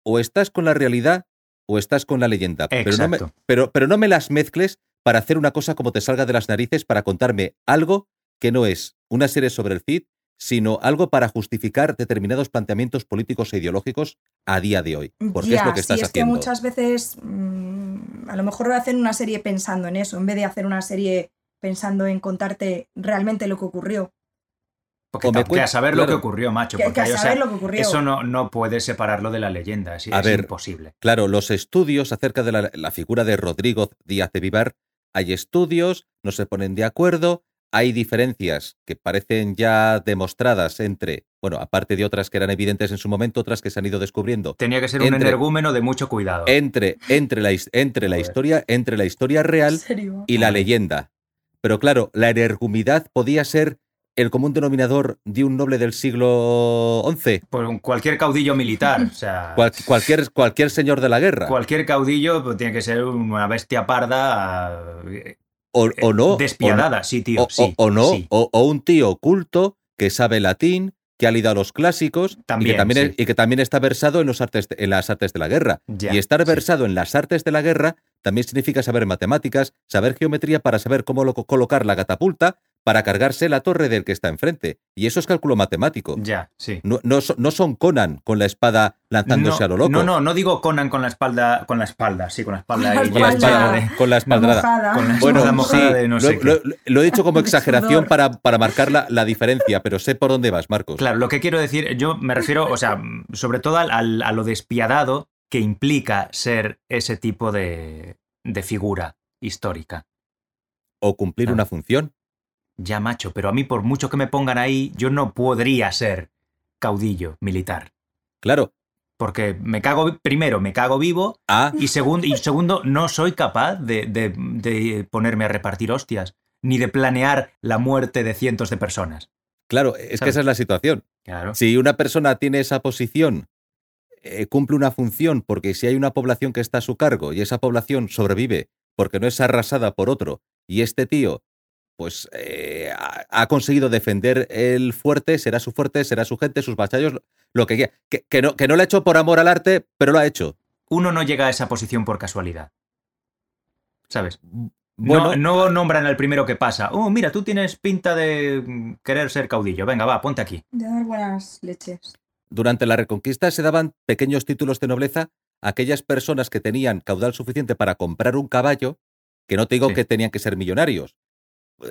S3: o estás con la realidad o estás con la leyenda. Pero no, me,
S5: Exacto.
S3: pero, pero no me las mezcles para hacer una cosa como te salga de las narices para contarme algo que no es una serie sobre el Cid, sino algo para justificar determinados planteamientos políticos e ideológicos a día de hoy. Porque es
S4: Ya,
S3: lo que
S4: sí,
S3: estás
S4: es que
S3: haciendo.
S4: muchas veces mm, a lo mejor hacen una serie pensando en eso, en vez de hacer una serie pensando en contarte realmente lo que ocurrió.
S5: Porque
S3: o me
S5: tam- que a
S3: cuen-
S5: saber lo
S3: claro.
S5: que ocurrió, macho.
S4: que hay
S5: Porque,
S4: que
S5: o sea,
S4: saber lo que ocurrió.
S5: eso no, no puedes separarlo de la leyenda. Es,
S3: A
S5: es
S3: ver,
S5: imposible.
S3: Claro, los estudios acerca de la, la figura de Rodrigo Díaz de Vivar, hay estudios, no se ponen de acuerdo, hay diferencias que parecen ya demostradas entre, bueno, aparte de otras que eran evidentes en su momento, otras que se han ido descubriendo,
S5: Tenía que ser un
S3: entre-
S5: energúmeno de mucho cuidado.
S3: entre, entre, la, his- entre la
S5: Ah. Joder.
S3: historia, entre la historia real
S4: ¿En serio?
S3: y la
S5: Hombre.
S3: leyenda. Pero claro, la energumidad podía ser el común denominador de un noble del siglo XI,
S5: Por un- cualquier caudillo militar. O sea,
S3: cual- cualquier, cualquier señor de la guerra.
S5: cualquier caudillo pues, tiene que ser una bestia parda. eh,
S3: o, o no. o no-
S5: Despiadada, sí, tío.
S3: o,
S5: sí,
S3: o- o no,
S5: sí.
S3: o, o un tío culto que sabe latín, que ha leído a los clásicos y,
S5: También,
S3: que también
S5: sí.
S3: es- y que también está versado en, los artes, en las artes de la guerra.
S5: Ya,
S3: y estar
S5: sí.
S3: versado en las artes de la guerra también significa saber matemáticas, saber geometría para saber cómo lo- colocar la catapulta para cargarse la torre del que está enfrente. Y eso es cálculo matemático.
S5: Ya, sí.
S3: No, no so- no son Conan con la espada lanzándose
S5: no,
S3: a lo loco.
S5: No, no, no digo Conan con la espalda, con la espalda, sí, con la espalda
S4: Con la
S5: y
S3: Con la,
S4: espalda.
S3: espada, con la espaldrada.
S4: Mojada.
S5: con la-
S3: Bueno,
S5: Una mojada
S3: sí,
S5: de no
S3: lo,
S5: sé qué.
S3: lo- lo he dicho como
S4: De
S3: exageración
S4: sudor.
S3: para, para marcar la, la diferencia, pero sé por dónde vas, Marcos.
S5: Claro, lo que quiero decir, yo me refiero, o sea, sobre todo al, al- a lo despiadado que implica ser ese tipo de, de figura histórica.
S3: O cumplir
S5: Claro.
S3: una función.
S5: Ya, macho, pero a mí, por mucho que me pongan ahí, yo no podría ser caudillo militar.
S3: Claro.
S5: Porque me cago, primero, me cago vivo
S3: Ah,
S5: y segundo, y segundo no soy capaz de, de- de ponerme a repartir hostias, ni de planear la muerte de cientos de personas.
S3: claro, es que
S5: Claro.
S3: esa es la situación.
S5: Claro.
S3: Si una persona tiene esa posición, eh, cumple una función, porque si hay una población que está a su cargo y esa población sobrevive porque no es arrasada por otro, y este tío, pues, eh, ha, ha conseguido defender el fuerte, será su fuerte, será su gente, sus vasallos, lo- lo que quiera. Que, que no, que no lo ha hecho por amor al arte, pero lo ha hecho.
S5: Uno no llega a esa posición por casualidad. ¿Sabes?
S3: Bueno,
S5: no, no nombran al primero que pasa. Oh, mira, tú tienes pinta de mm, querer ser caudillo. Venga, va, ponte aquí.
S4: De dar buenas leches.
S3: Durante la Reconquista se daban pequeños títulos de nobleza a aquellas personas que tenían caudal suficiente para comprar un caballo, que no te digo
S5: Sí. Mm.
S3: que tenían que ser millonarios.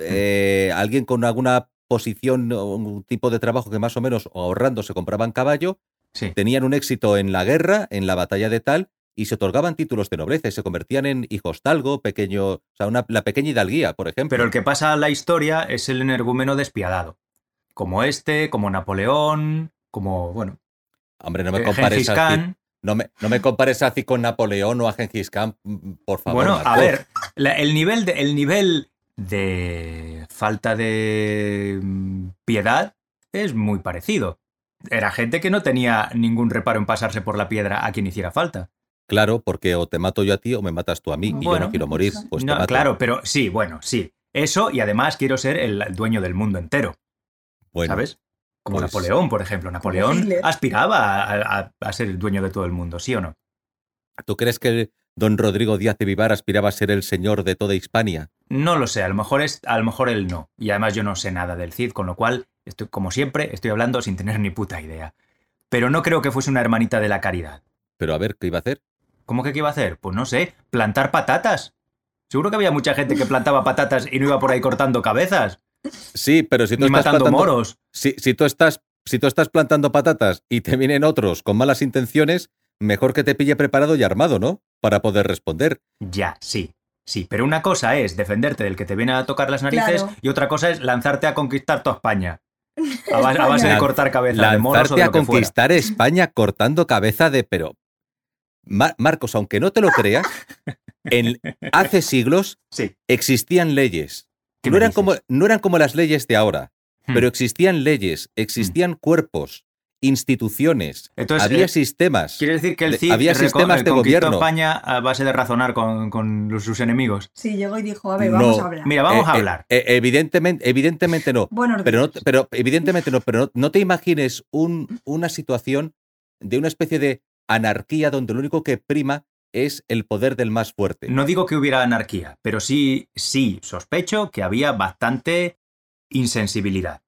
S3: Eh, alguien con alguna posición o un tipo de trabajo que más o menos ahorrando se compraban caballo,
S5: Sí.
S3: tenían un éxito en la guerra, en la batalla de tal, y se otorgaban títulos de nobleza y se convertían en hijostalgo, pequeño, o sea, una- la pequeña hidalguía, por ejemplo.
S5: Pero el que pasa a la historia es el energúmeno despiadado. Como este, como Napoleón, como, bueno,
S3: Hombre, no me
S5: eh,
S3: compares
S5: Gengis
S3: así.
S5: Khan.
S3: No me, no me compares así con Napoleón o a Gengis Khan, mm, por favor.
S5: Bueno, a
S3: Marcos.
S5: ver, la- el, nivel de, el nivel de falta de mm, piedad es muy parecido. Era gente que no tenía ningún reparo en pasarse por la piedra a quien hiciera falta.
S3: Claro, porque o te mato yo a ti o me matas tú a mí y yo
S5: Bueno,
S3: no quiero morir. Pues te
S5: No,
S3: mato.
S5: claro, pero sí, bueno, sí. Eso, y además quiero ser el dueño del mundo entero,
S3: Bueno,
S5: ¿sabes? Como
S3: pues-
S5: Napoleón, por ejemplo. Napoleón
S4: Hitler.
S5: aspiraba a, a- a ser el dueño de todo el mundo, ¿sí o no?
S3: ¿Tú crees que don Rodrigo Díaz de Vivar aspiraba a ser el señor de toda Hispania?
S5: No lo sé, a lo mejor es, a lo mejor él no. Y además yo no sé nada del Cid, con lo cual, estoy, como siempre, estoy hablando sin tener ni puta idea. Pero no creo que fuese una hermanita de la caridad.
S3: Pero a ver, ¿qué iba a hacer?
S5: ¿Cómo que qué iba a hacer? Pues no sé, plantar patatas. Seguro que había mucha gente que plantaba patatas y no iba por ahí cortando cabezas,
S3: Sí, pero si tú
S5: ni
S3: estás
S5: matando
S3: plantando-
S5: moros.
S3: Si, si tú estás, si tú estás plantando patatas y te vienen otros con malas intenciones, mejor que te pille preparado y armado, ¿no? Para poder responder.
S5: Ya, sí, sí. Pero una cosa es defenderte del que te viene a tocar las narices
S4: Claro.
S5: y otra cosa es lanzarte a conquistar toda España. A, base- a base de
S3: Lan-
S5: cortar cabezas Pues de moros o
S3: Lanzarte
S5: de
S3: a
S5: lo que fuera.
S3: conquistar España cortando cabeza de pero. Mar- Marcos, aunque no te lo creas, en, hace siglos
S5: Sí.
S3: existían leyes.
S5: ¿Qué
S3: No
S5: me
S3: eran,
S5: dices?
S3: como, no eran como las leyes de ahora,
S5: Hmm.
S3: pero existían leyes, existían cuerpos, instituciones,
S5: Entonces,
S3: había
S5: eh,
S3: sistemas.
S5: Quiere decir que el
S3: Le-
S5: Cid
S3: había
S5: reco-
S3: sistemas de
S5: conquistó
S3: gobierno.
S5: España a base de razonar con, con los- sus enemigos.
S4: Sí, llegó y dijo, a ver, vamos
S3: No,
S4: a hablar.
S5: Mira, vamos
S3: Eh,
S5: a
S3: eh,
S5: hablar.
S3: eh, evidentemente, evidentemente no.
S4: Buenos
S3: Pero, no,
S4: días.
S3: pero evidentemente no, pero no, no te imagines un- una situación de una especie de anarquía donde lo único que prima es el poder del más fuerte.
S5: No digo que hubiera anarquía, pero sí, sí, sospecho que había bastante insensibilidad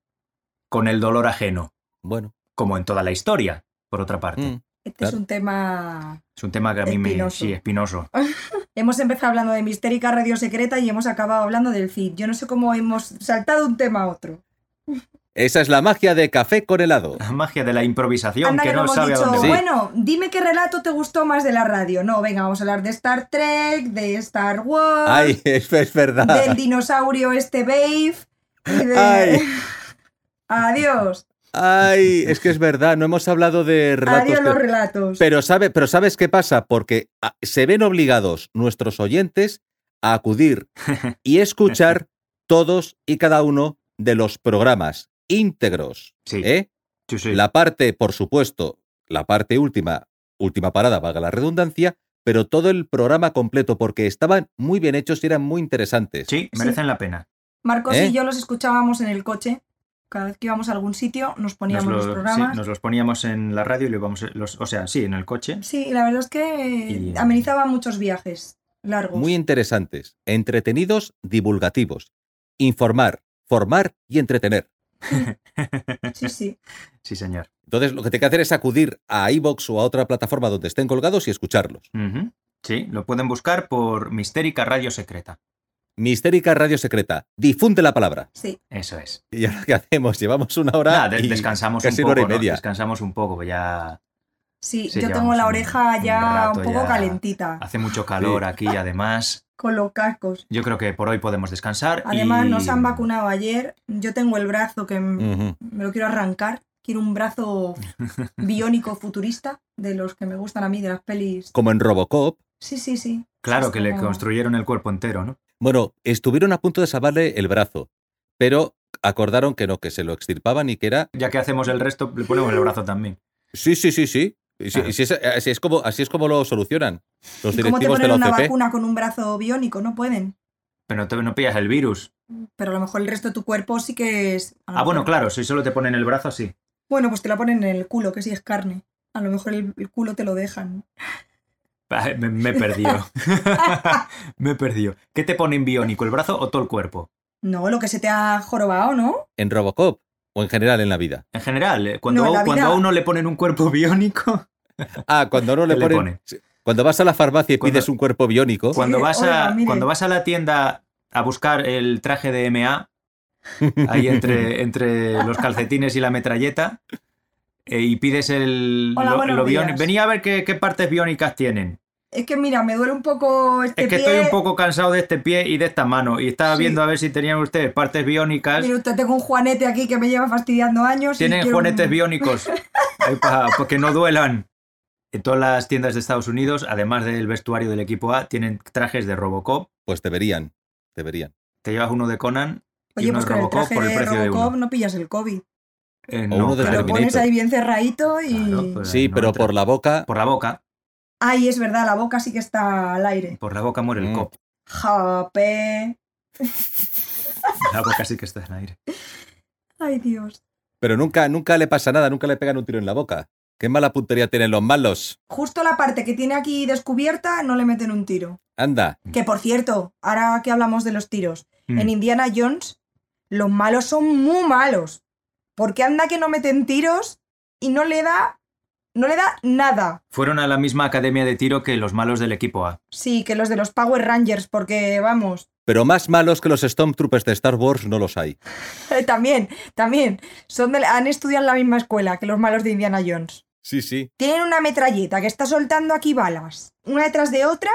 S5: con el dolor ajeno,
S3: Bueno,
S5: como en toda la historia, por otra parte.
S3: mm,
S4: Este
S3: claro.
S4: es un tema...
S5: Es un tema que a mí me...
S4: Espinoso.
S5: Sí, espinoso.
S4: Hemos empezado hablando de Mistérica Radio Secreta y hemos acabado hablando del Cid. Yo no sé cómo hemos saltado un tema a otro.
S3: esa es la magia de café con helado.
S5: La magia de la improvisación
S4: Anda
S5: que
S4: que
S5: no
S4: nos
S5: sabe
S4: hemos
S5: a dónde
S4: dicho,
S3: Sí.
S5: va.
S4: bueno, dime qué relato te gustó más de la radio. No, venga, vamos a hablar de Star Trek, de Star Wars,
S5: Ah.
S3: Ay, es, es
S4: del
S3: verdad.
S4: dinosaurio este Babe. y de-
S3: Ay.
S4: Adiós.
S3: Ay, es que es verdad, no hemos hablado de relatos.
S4: Adiós
S3: que-
S4: los relatos.
S3: Pero, sabe, pero ¿sabes qué pasa? Porque ah, se ven obligados nuestros oyentes a acudir y escuchar todos y cada uno de los programas íntegros.
S5: Sí,
S3: ¿eh?
S5: sí, sí.
S3: La parte, por supuesto, la parte última, última parada, valga la redundancia, pero todo el programa completo, porque estaban muy bien hechos y eran muy interesantes.
S5: Sí,
S4: Sí.
S5: merecen la pena.
S4: Marcos
S3: ¿Eh?
S4: y yo los escuchábamos en el coche. Cada vez que íbamos a algún sitio nos
S5: Nos,
S4: poníamos
S5: lo-
S4: los
S5: sí,
S4: programas.
S5: nos los poníamos en la radio y lo íbamos... Los, o sea, sí, en el coche.
S4: Sí, la verdad es que eh,
S5: Y-
S4: amenizaba muchos viajes largos.
S3: Muy interesantes, entretenidos, divulgativos. Informar, formar y entretener.
S4: Sí, sí.
S5: Sí, señor.
S3: Entonces, lo que tengo que hacer es acudir a iBox o a otra plataforma donde estén colgados y escucharlos.
S5: Ujú. Sí, lo pueden buscar por Mistérica Radio Secreta.
S3: Mistérica Radio Secreta, difunde la palabra.
S4: Sí.
S5: Eso es.
S3: ¿Y ahora qué hacemos? Llevamos una hora.
S5: Nada, de-
S3: y
S5: descansamos
S3: casi
S5: un
S3: una
S5: poco.
S3: hora y
S5: ¿no?
S3: media.
S5: Descansamos un poco, ya
S4: Sí,
S5: Sí,
S4: yo tengo
S5: llevamos
S4: la
S5: un-
S4: oreja
S5: un
S4: ya un,
S5: rato
S4: poco
S5: ya.
S4: calentita
S5: hace mucho calor aquí además.
S4: con los cascos.
S5: Yo creo que por hoy podemos descansar.
S4: Además,
S5: y- Mm.
S4: nos han vacunado ayer. Yo tengo el brazo que m-
S3: Ujú.
S4: me lo quiero arrancar. Quiero un brazo biónico futurista de los que me gustan a mí, de las pelis.
S3: Como en Robocop,
S4: Sí, sí, sí.
S5: Claro que le
S4: Como-
S5: construyeron el cuerpo entero, ¿no?
S3: Bueno, estuvieron a punto de salvarle el brazo, pero acordaron que no, que se lo extirpaban y que era.
S5: Ya que hacemos el resto, le ponemos el brazo también.
S3: Sí, sí, sí, sí. Y si-
S5: Ah.
S3: y si es- así, es como, así es como lo solucionan los
S4: ¿Y cómo te
S3: directivos de
S4: ponen
S3: la
S4: una
S3: OCP.
S4: vacuna con un brazo biónico? No pueden.
S5: Pero no, te, no pillas el virus.
S4: Pero a lo mejor el resto de tu cuerpo sí que es. a lo
S5: Ah, bueno,
S4: mejor-
S5: claro, si solo te ponen el brazo, sí.
S4: Bueno, pues te la ponen en el culo, que sí es carne. A lo mejor el, el culo te lo dejan.
S5: Ah, Me, me he perdido. me he perdido. ¿Qué te ponen biónico, el brazo o todo el cuerpo?
S4: No, lo que se te ha jorobado, ¿no?
S3: En Robocop o en general en la vida.
S5: En general, eh, cuando,
S4: No, en la
S5: cuando a
S4: vida.
S5: uno le ponen un cuerpo biónico,
S3: Ah, cuando no le
S5: ¿Qué le
S3: ponen.
S5: pone?
S3: Sí. Cuando vas a la farmacia y
S5: Cuando-
S3: pides un cuerpo biónico,
S5: Cuando
S4: Pues Oye,
S5: vas, a,
S4: oiga, mire.
S5: cuando vas a la tienda a buscar el traje de MA, ahí entre, entre los calcetines y la metralleta, eh, y pides el
S4: Hola, buenos
S5: bión-
S4: días.
S5: Venía a ver qué, qué partes biónicas tienen.
S4: Es que mira, me duele un poco este
S5: Es que
S4: pie.
S5: estoy un poco cansado de este pie y de esta mano. Y estaba
S4: Sí.
S5: viendo a ver si tenían ustedes partes biónicas.
S4: Mire, usted tengo un juanete aquí que me lleva fastidiando años. y
S5: Tienen
S4: quiero un-
S5: juanetes biónicos para que no duelan. En todas las tiendas de Estados Unidos, además del vestuario del equipo A, tienen trajes de Robocop.
S3: Pues deberían, deberían.
S5: Te llevas uno de Conan. y
S4: Oye,
S5: uno
S4: pues
S5: de
S4: con el
S5: Robocop
S4: traje
S5: por el
S4: de
S5: precio de
S4: Robocop
S5: uno.
S4: no pillas el COVID.
S5: eh,
S3: O uno de
S4: Te lo
S5: claro,
S3: Terminator.
S4: pones ahí bien cerradito y.
S5: Claro, pues.
S3: Sí,
S5: no
S3: pero
S5: entra.
S3: por la boca.
S5: por la boca.
S4: Ay, es verdad, la boca sí que está al aire.
S5: Por la boca muere el
S3: Mm.
S5: cop.
S4: Jape.
S5: La boca sí que está en aire.
S4: Ay, Dios.
S3: Pero nunca, nunca le pasa nada, nunca le pegan un tiro en la boca. Qué mala puntería tienen los malos.
S4: Justo la parte que tiene aquí descubierta no le meten un tiro.
S3: Anda,
S4: Que por cierto, ahora que hablamos de los tiros,
S5: Mm.
S4: en Indiana Jones los malos son muy malos. Porque anda que no meten tiros y no le da. No le da nada.
S5: Fueron a la misma academia de tiro que los malos del equipo A.
S4: Sí, que los de los Power Rangers, porque vamos.
S3: pero más malos que los Stormtroopers de Star Wars no los hay.
S4: también, también. Son de la- han estudiado en la misma escuela que los malos de Indiana Jones.
S3: Sí, sí.
S4: Tienen una metralleta que está soltando aquí balas, una detrás de otra,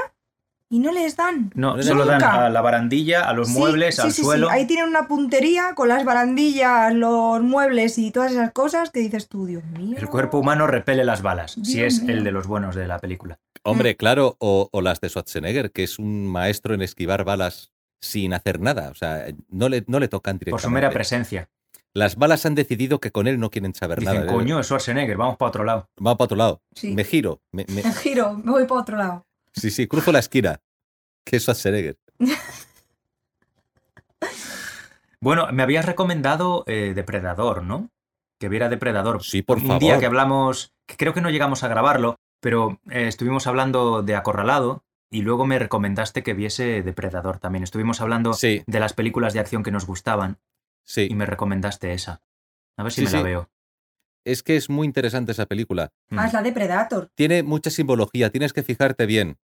S4: y no les dan.
S5: No,
S3: Nunca.
S5: solo dan a la barandilla, a los
S4: Sí,
S5: muebles,
S4: sí,
S5: al
S4: sí, sí.
S5: suelo.
S4: Ahí tienen una puntería con las barandillas, los muebles y todas esas cosas que dices tú, Dios mío.
S5: El cuerpo humano repele las balas, si
S4: Dios
S5: es
S4: mío.
S5: el de los buenos de la película.
S3: Hombre, claro, o, o las de Schwarzenegger, que es un maestro en esquivar balas sin hacer nada. O sea, no le, no le tocan directamente.
S5: Por su mera presencia.
S3: Las balas han decidido que con él no quieren saber
S5: Dicen,
S3: nada.
S5: coño, es Schwarzenegger, vamos para otro lado.
S3: Va para otro lado.
S4: Sí.
S3: Me giro. me- me-
S4: Giro, me voy para otro lado.
S3: Sí, sí, cruzo la esquina. Que es Schwarzenegger.
S5: Bueno, me habías recomendado eh, Depredador, ¿no? Que viera Depredador.
S3: Sí, por
S5: Un día
S3: favor.
S5: que hablamos, que creo que no llegamos a grabarlo, pero eh, estuvimos hablando de Acorralado y luego me recomendaste que viese Depredador también. Estuvimos hablando
S3: Sí,
S5: de las películas de acción que nos gustaban
S3: sí.
S5: y me recomendaste esa. A ver si
S3: Sí,
S5: me
S3: sí.
S5: la veo.
S3: Es que es muy interesante esa película.
S5: Mm.
S4: Ah, es la de Predator.
S3: Tiene mucha simbología, tienes que fijarte bien.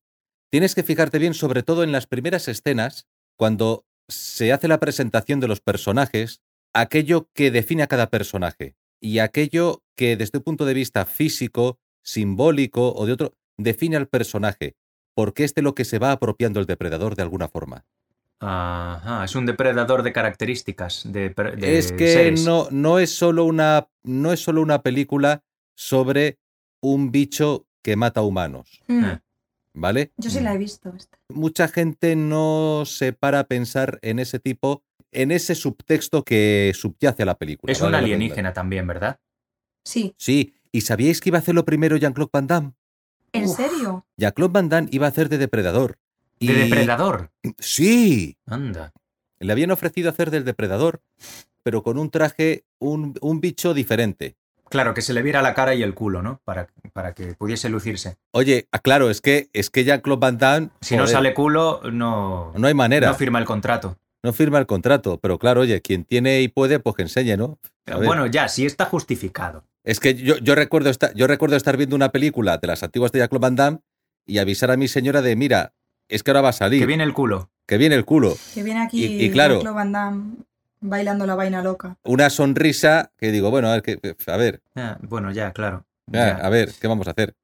S3: Tienes que fijarte bien sobre todo en las primeras escenas, cuando se hace la presentación de los personajes, aquello que define a cada personaje y aquello que desde un punto de vista físico, simbólico o de otro, define al personaje, porque es de lo que se va apropiando el depredador de alguna forma.
S5: Ajá, es un depredador de características, de, per- de
S3: es que
S5: seres.
S3: no, no es solo una, no es solo una película sobre un bicho que mata humanos,
S4: Mm,
S5: Eh.
S3: ¿vale?
S4: Yo
S5: Mm.
S4: sí la he visto. esta.
S3: mucha gente no se para a pensar en ese tipo, en ese subtexto que subyace a la película.
S5: Es un
S3: valga la
S5: alienígena también, ¿verdad?
S4: Sí,
S3: redundancia. Sí, ¿y sabíais que iba a hacerlo primero Jean-Claude Van Damme?
S4: ¿en
S5: Uf.
S4: serio?
S3: Jean-Claude Van Damme iba a hacer de depredador. Y-
S5: De depredador.
S3: Sí,
S5: Anda.
S3: le habían ofrecido hacer del depredador, pero con un traje, un, un bicho diferente.
S5: Claro, que se le viera la cara y el culo, ¿no? Para, para que pudiese lucirse.
S3: Oye, ah, claro, es que, es que Jean-Claude Van Damme.
S5: Si no
S3: joder,
S5: sale culo, no,
S3: No hay manera,
S5: no firma el contrato.
S3: no firma el contrato, pero claro, oye, quien tiene y puede, pues que enseñe, ¿no? A ver.
S5: Bueno, ya, si está justificado.
S3: Es que yo, yo recuerdo esta- yo recuerdo estar viendo una película de las antiguas de Jean-Claude Van Damme y avisar a mi señora de, mira, es que ahora va a salir,
S5: Que viene el culo.
S3: el culo.
S4: Que viene aquí
S3: Y- y claro.
S4: Jean-Claude Van Damme bailando la vaina loca.
S3: Una sonrisa que digo, bueno, a ver, que- a ver,
S5: Ah, bueno, ya, claro.
S3: ah,
S5: Ya.
S3: a ver, ¿qué vamos a hacer?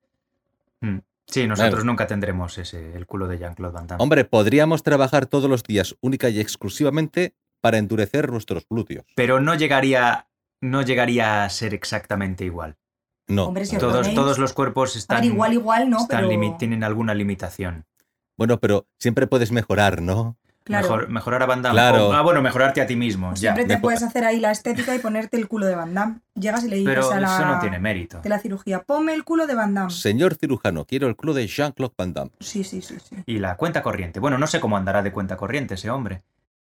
S5: Sí, nosotros
S3: Claro.
S5: nunca tendremos ese, el culo de Jean-Claude Van Damme.
S3: Hombre, podríamos trabajar todos los días única y exclusivamente para endurecer nuestros glúteos.
S5: Pero no llegaría, no llegaría a ser exactamente igual.
S3: No.
S4: Hombre, si
S3: la
S4: os
S3: verdad.
S5: Todos,
S4: ponéis-
S5: todos los cuerpos
S4: A
S5: están,
S4: ver, igual, igual, ¿no?
S5: están
S4: Pero...
S5: limi- tienen alguna limitación.
S3: Bueno, pero siempre puedes mejorar, ¿no?
S4: Claro.
S5: Mejor- mejorar a Van Damme.
S3: Claro.
S5: O- ah, bueno, mejorarte a ti mismo. Ya.
S4: Siempre te
S3: mejor.
S4: puedes hacer ahí la estética y ponerte el culo de Van Damme. Llegas y le dices
S5: Pero
S4: a la,
S5: eso no tiene mérito.
S4: de la cirugía, ponme el culo de Van Damme. Sí,
S3: Señor cirujano, quiero el club de Jean-Claude Van Damme.
S4: sí, sí, sí.
S5: Y la cuenta corriente. Bueno, no sé cómo andará de cuenta corriente ese hombre.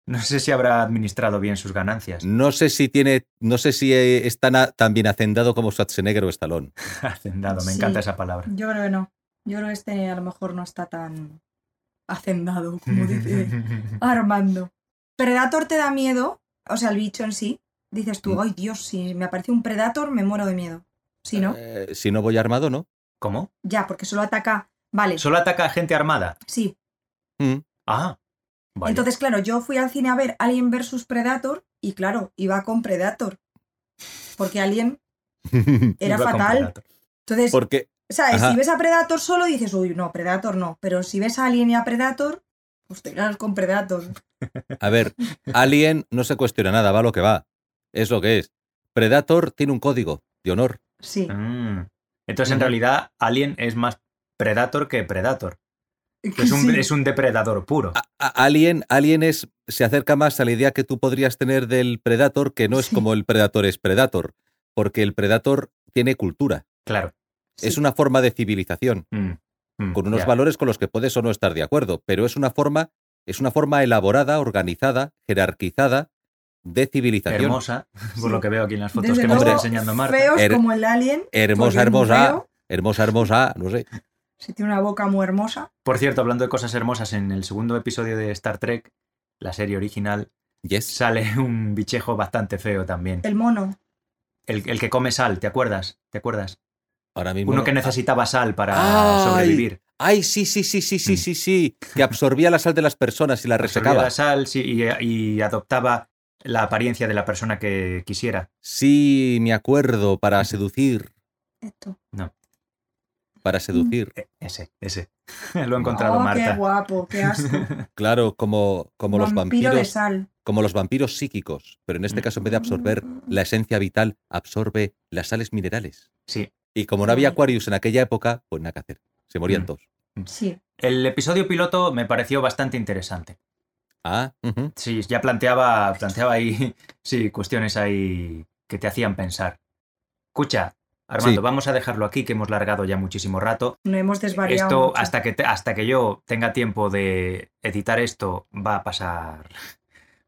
S5: No sé si habrá administrado bien sus ganancias.
S3: No sé si tiene, no sé si eh, es tan, a- tan bien hacendado como Schwarzenegger o Stallone.
S5: Hacendado, me
S4: Sí.
S5: encanta esa palabra.
S4: Yo creo que no. Yo creo que este a lo mejor no está tan hacendado como dice Armando. Predator te da miedo, o sea, el bicho en sí. Dices tú,
S3: Mm.
S4: ay Dios, si me aparece un Predator me muero de miedo. Si no,
S3: Eh, si no voy armado, ¿no?
S5: ¿Cómo?
S4: ya, porque solo ataca. Vale,
S5: ¿Solo ataca a gente armada?
S4: sí,
S3: Mm.
S5: Ah. vaya.
S4: Entonces, claro, yo fui al cine a ver Alien vs Predator y claro, iba con Predator. Porque Alien era
S5: Iba con
S4: fatal.
S5: Predator.
S4: Entonces,
S3: Porque
S4: O sea,
S3: Ajá.
S4: si ves a Predator solo dices, uy, no, Predator no. Pero si ves a Alien y a Predator, pues te irás con Predator.
S3: A ver, Alien no se cuestiona nada, va lo que va. Es lo que es. Predator tiene un código de honor.
S4: Sí.
S5: Mm. Entonces, en
S3: Ujú.
S5: realidad, Alien es más Predator que Predator. Es un,
S4: Sí.
S5: es un depredador puro.
S3: A- a- Alien, Alien es, se acerca más a la idea que tú podrías tener del Predator, que no es
S4: Sí.
S3: como el Predator es Predator, porque el Predator tiene cultura.
S5: Claro.
S3: Es
S4: Sí.
S3: una forma de civilización,
S5: Mm. Mm,
S3: con unos
S5: ya.
S3: valores con los que puedes o no estar de acuerdo, pero es una forma, es una forma elaborada, organizada, jerarquizada de civilización.
S5: Hermosa, por lo que veo aquí en las fotos
S4: Desde
S5: que me está
S4: luego,
S5: enseñando Marta.
S4: Feos
S3: Er-
S4: como el Alien.
S3: Hermosa,
S4: porque es muy
S3: hermosa,
S4: feo,
S3: hermosa, hermosa, no sé.
S4: Sí, tiene una boca muy hermosa.
S5: Por cierto, hablando de cosas hermosas, en el segundo episodio de Star Trek, la serie original,
S3: Yes.
S5: sale un bichejo bastante feo también.
S4: El mono.
S5: El, el que come sal, ¿te acuerdas? ¿Te acuerdas?
S3: Ahora mismo.
S5: Uno
S3: no.
S5: que necesitaba sal para
S3: ¡Ay!
S5: sobrevivir.
S3: Ay, sí, sí, sí, sí, sí,
S5: Mm.
S3: sí, sí. Que absorbía la sal de las personas y la
S5: Absorbía
S3: resecaba.
S5: la sal sí, y, y adoptaba la apariencia de la persona que quisiera.
S3: Sí, me acuerdo, para seducir,
S4: Esto.
S3: para seducir.
S5: E- Ese, ese. Lo ha encontrado
S4: Oh, Qué
S5: Marta.
S4: guapo, qué asco.
S3: Claro, como, como los
S4: Vampiro de
S3: vampiros,
S4: sal.
S3: como los vampiros psíquicos, pero en este
S5: Mm.
S3: caso en vez de absorber la esencia vital, absorbe las sales minerales.
S5: Sí.
S3: Y como no había
S4: Ay.
S3: Aquarius en aquella época, pues nada que hacer. Se morían
S5: Mm.
S3: todos.
S4: Sí.
S5: El episodio piloto me pareció bastante interesante.
S3: Ah, ujú.
S5: Sí, ya planteaba, planteaba ahí, sí, cuestiones ahí que te hacían pensar. Escucha, Armando,
S3: Sí.
S5: vamos a dejarlo aquí, que hemos largado ya muchísimo rato.
S4: No hemos desvariado.
S5: esto,
S4: mucho.
S5: hasta que, te- hasta que yo tenga tiempo de editar esto, va a pasar.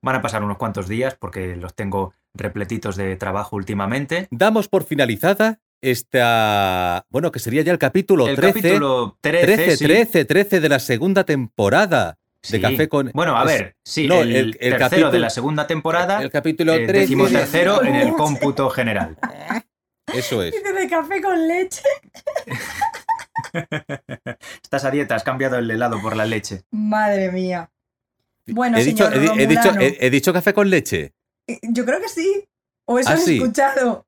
S5: Van a pasar unos cuantos días porque los tengo repletitos de trabajo últimamente.
S3: Damos por finalizada esta. Bueno, que sería ya el capítulo
S5: El
S3: 13.
S5: capítulo 13,
S3: 13,
S5: sí,
S3: 13, 13 de la segunda temporada de
S5: sí.
S3: Café con.
S5: Bueno, a
S3: es-
S5: ver, sí,
S3: no,
S5: el,
S3: el- el
S5: tercero
S3: capítulo-
S5: de la segunda temporada,
S3: El
S5: el,
S3: capítulo 13.
S5: decimotercero en el cómputo general.
S3: Eso es.
S4: Dice de café con leche.
S5: Estás a dieta, has cambiado el helado por la leche.
S4: Madre mía. Bueno,
S3: he, dicho, he
S4: señor
S3: di- he dicho-
S4: Romulano.
S3: he- he dicho café con leche.
S4: Eh, Yo creo que sí. O eso
S3: Ah,
S4: he
S3: sí.
S4: escuchado.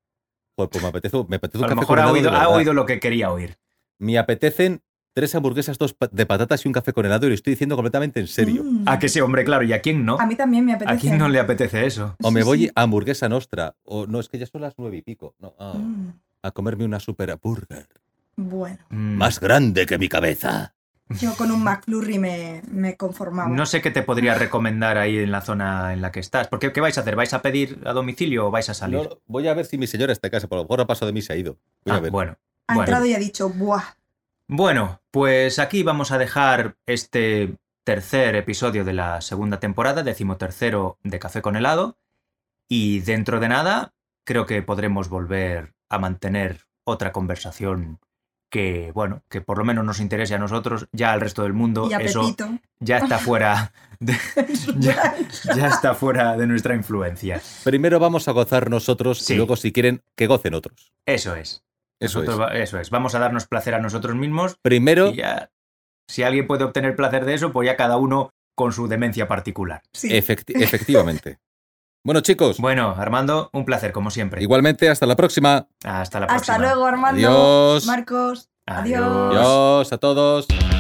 S3: Joder, pues me apetece, me apetece un
S5: A lo
S3: café
S5: mejor
S3: con
S5: ha
S3: helado de
S5: oído, ha
S3: verdad.
S5: oído lo que quería oír.
S3: Me apetecen tres hamburguesas, dos pa- de patatas y un café con helado y lo estoy diciendo completamente en serio.
S4: Mm.
S5: A que sí, hombre, claro, ¿y a quién no?
S4: A mí también me apetece.
S5: ¿A quién no le apetece eso?
S3: O me
S4: Sí,
S3: voy
S4: sí.
S3: a hamburguesa nostra, o no, es que ya son las nueve y pico. No, ah,
S4: Mm.
S3: a comerme una super burger.
S4: Bueno,
S5: Mm.
S3: Más grande que mi cabeza.
S4: yo con un McFlurry me, me conformaba.
S5: No sé qué te podría recomendar ahí en la zona en la que estás. Porque, ¿qué vais a hacer? ¿Vais a pedir a domicilio o vais a salir?
S3: No, voy a ver si mi señora está en casa, por lo mejor ha pasado de mí y se ha ido. Voy
S5: Ah,
S3: a ver.
S5: bueno.
S4: ha
S5: bueno.
S4: entrado y ha dicho, ¡buah!
S5: Bueno, pues aquí vamos a dejar este tercer episodio de la segunda temporada, decimotercero de Café con helado. Y dentro de nada, creo que podremos volver a mantener otra conversación que, bueno, que por lo menos nos interese a nosotros, ya al resto del mundo,
S4: Y
S5: eso
S4: apetito.
S5: ya está fuera de, ya- ya está fuera de nuestra influencia.
S3: Primero vamos a gozar nosotros
S5: Sí.
S3: y luego, si quieren, que gocen otros.
S5: Eso es.
S3: Eso
S5: Nosotros
S3: es.
S5: va- eso es. Vamos a darnos placer a nosotros mismos
S3: Primero,
S5: Y ya, si alguien puede obtener placer de eso, pues ya cada uno con su demencia particular.
S4: Sí.
S3: efecti- efectivamente. bueno, chicos,
S5: Bueno, Armando, un placer como siempre.
S3: igualmente, hasta la próxima.
S5: Hasta la próxima.
S4: Hasta luego, Armando.
S3: Adiós.
S4: Marcos. Adiós.
S3: Adiós a todos.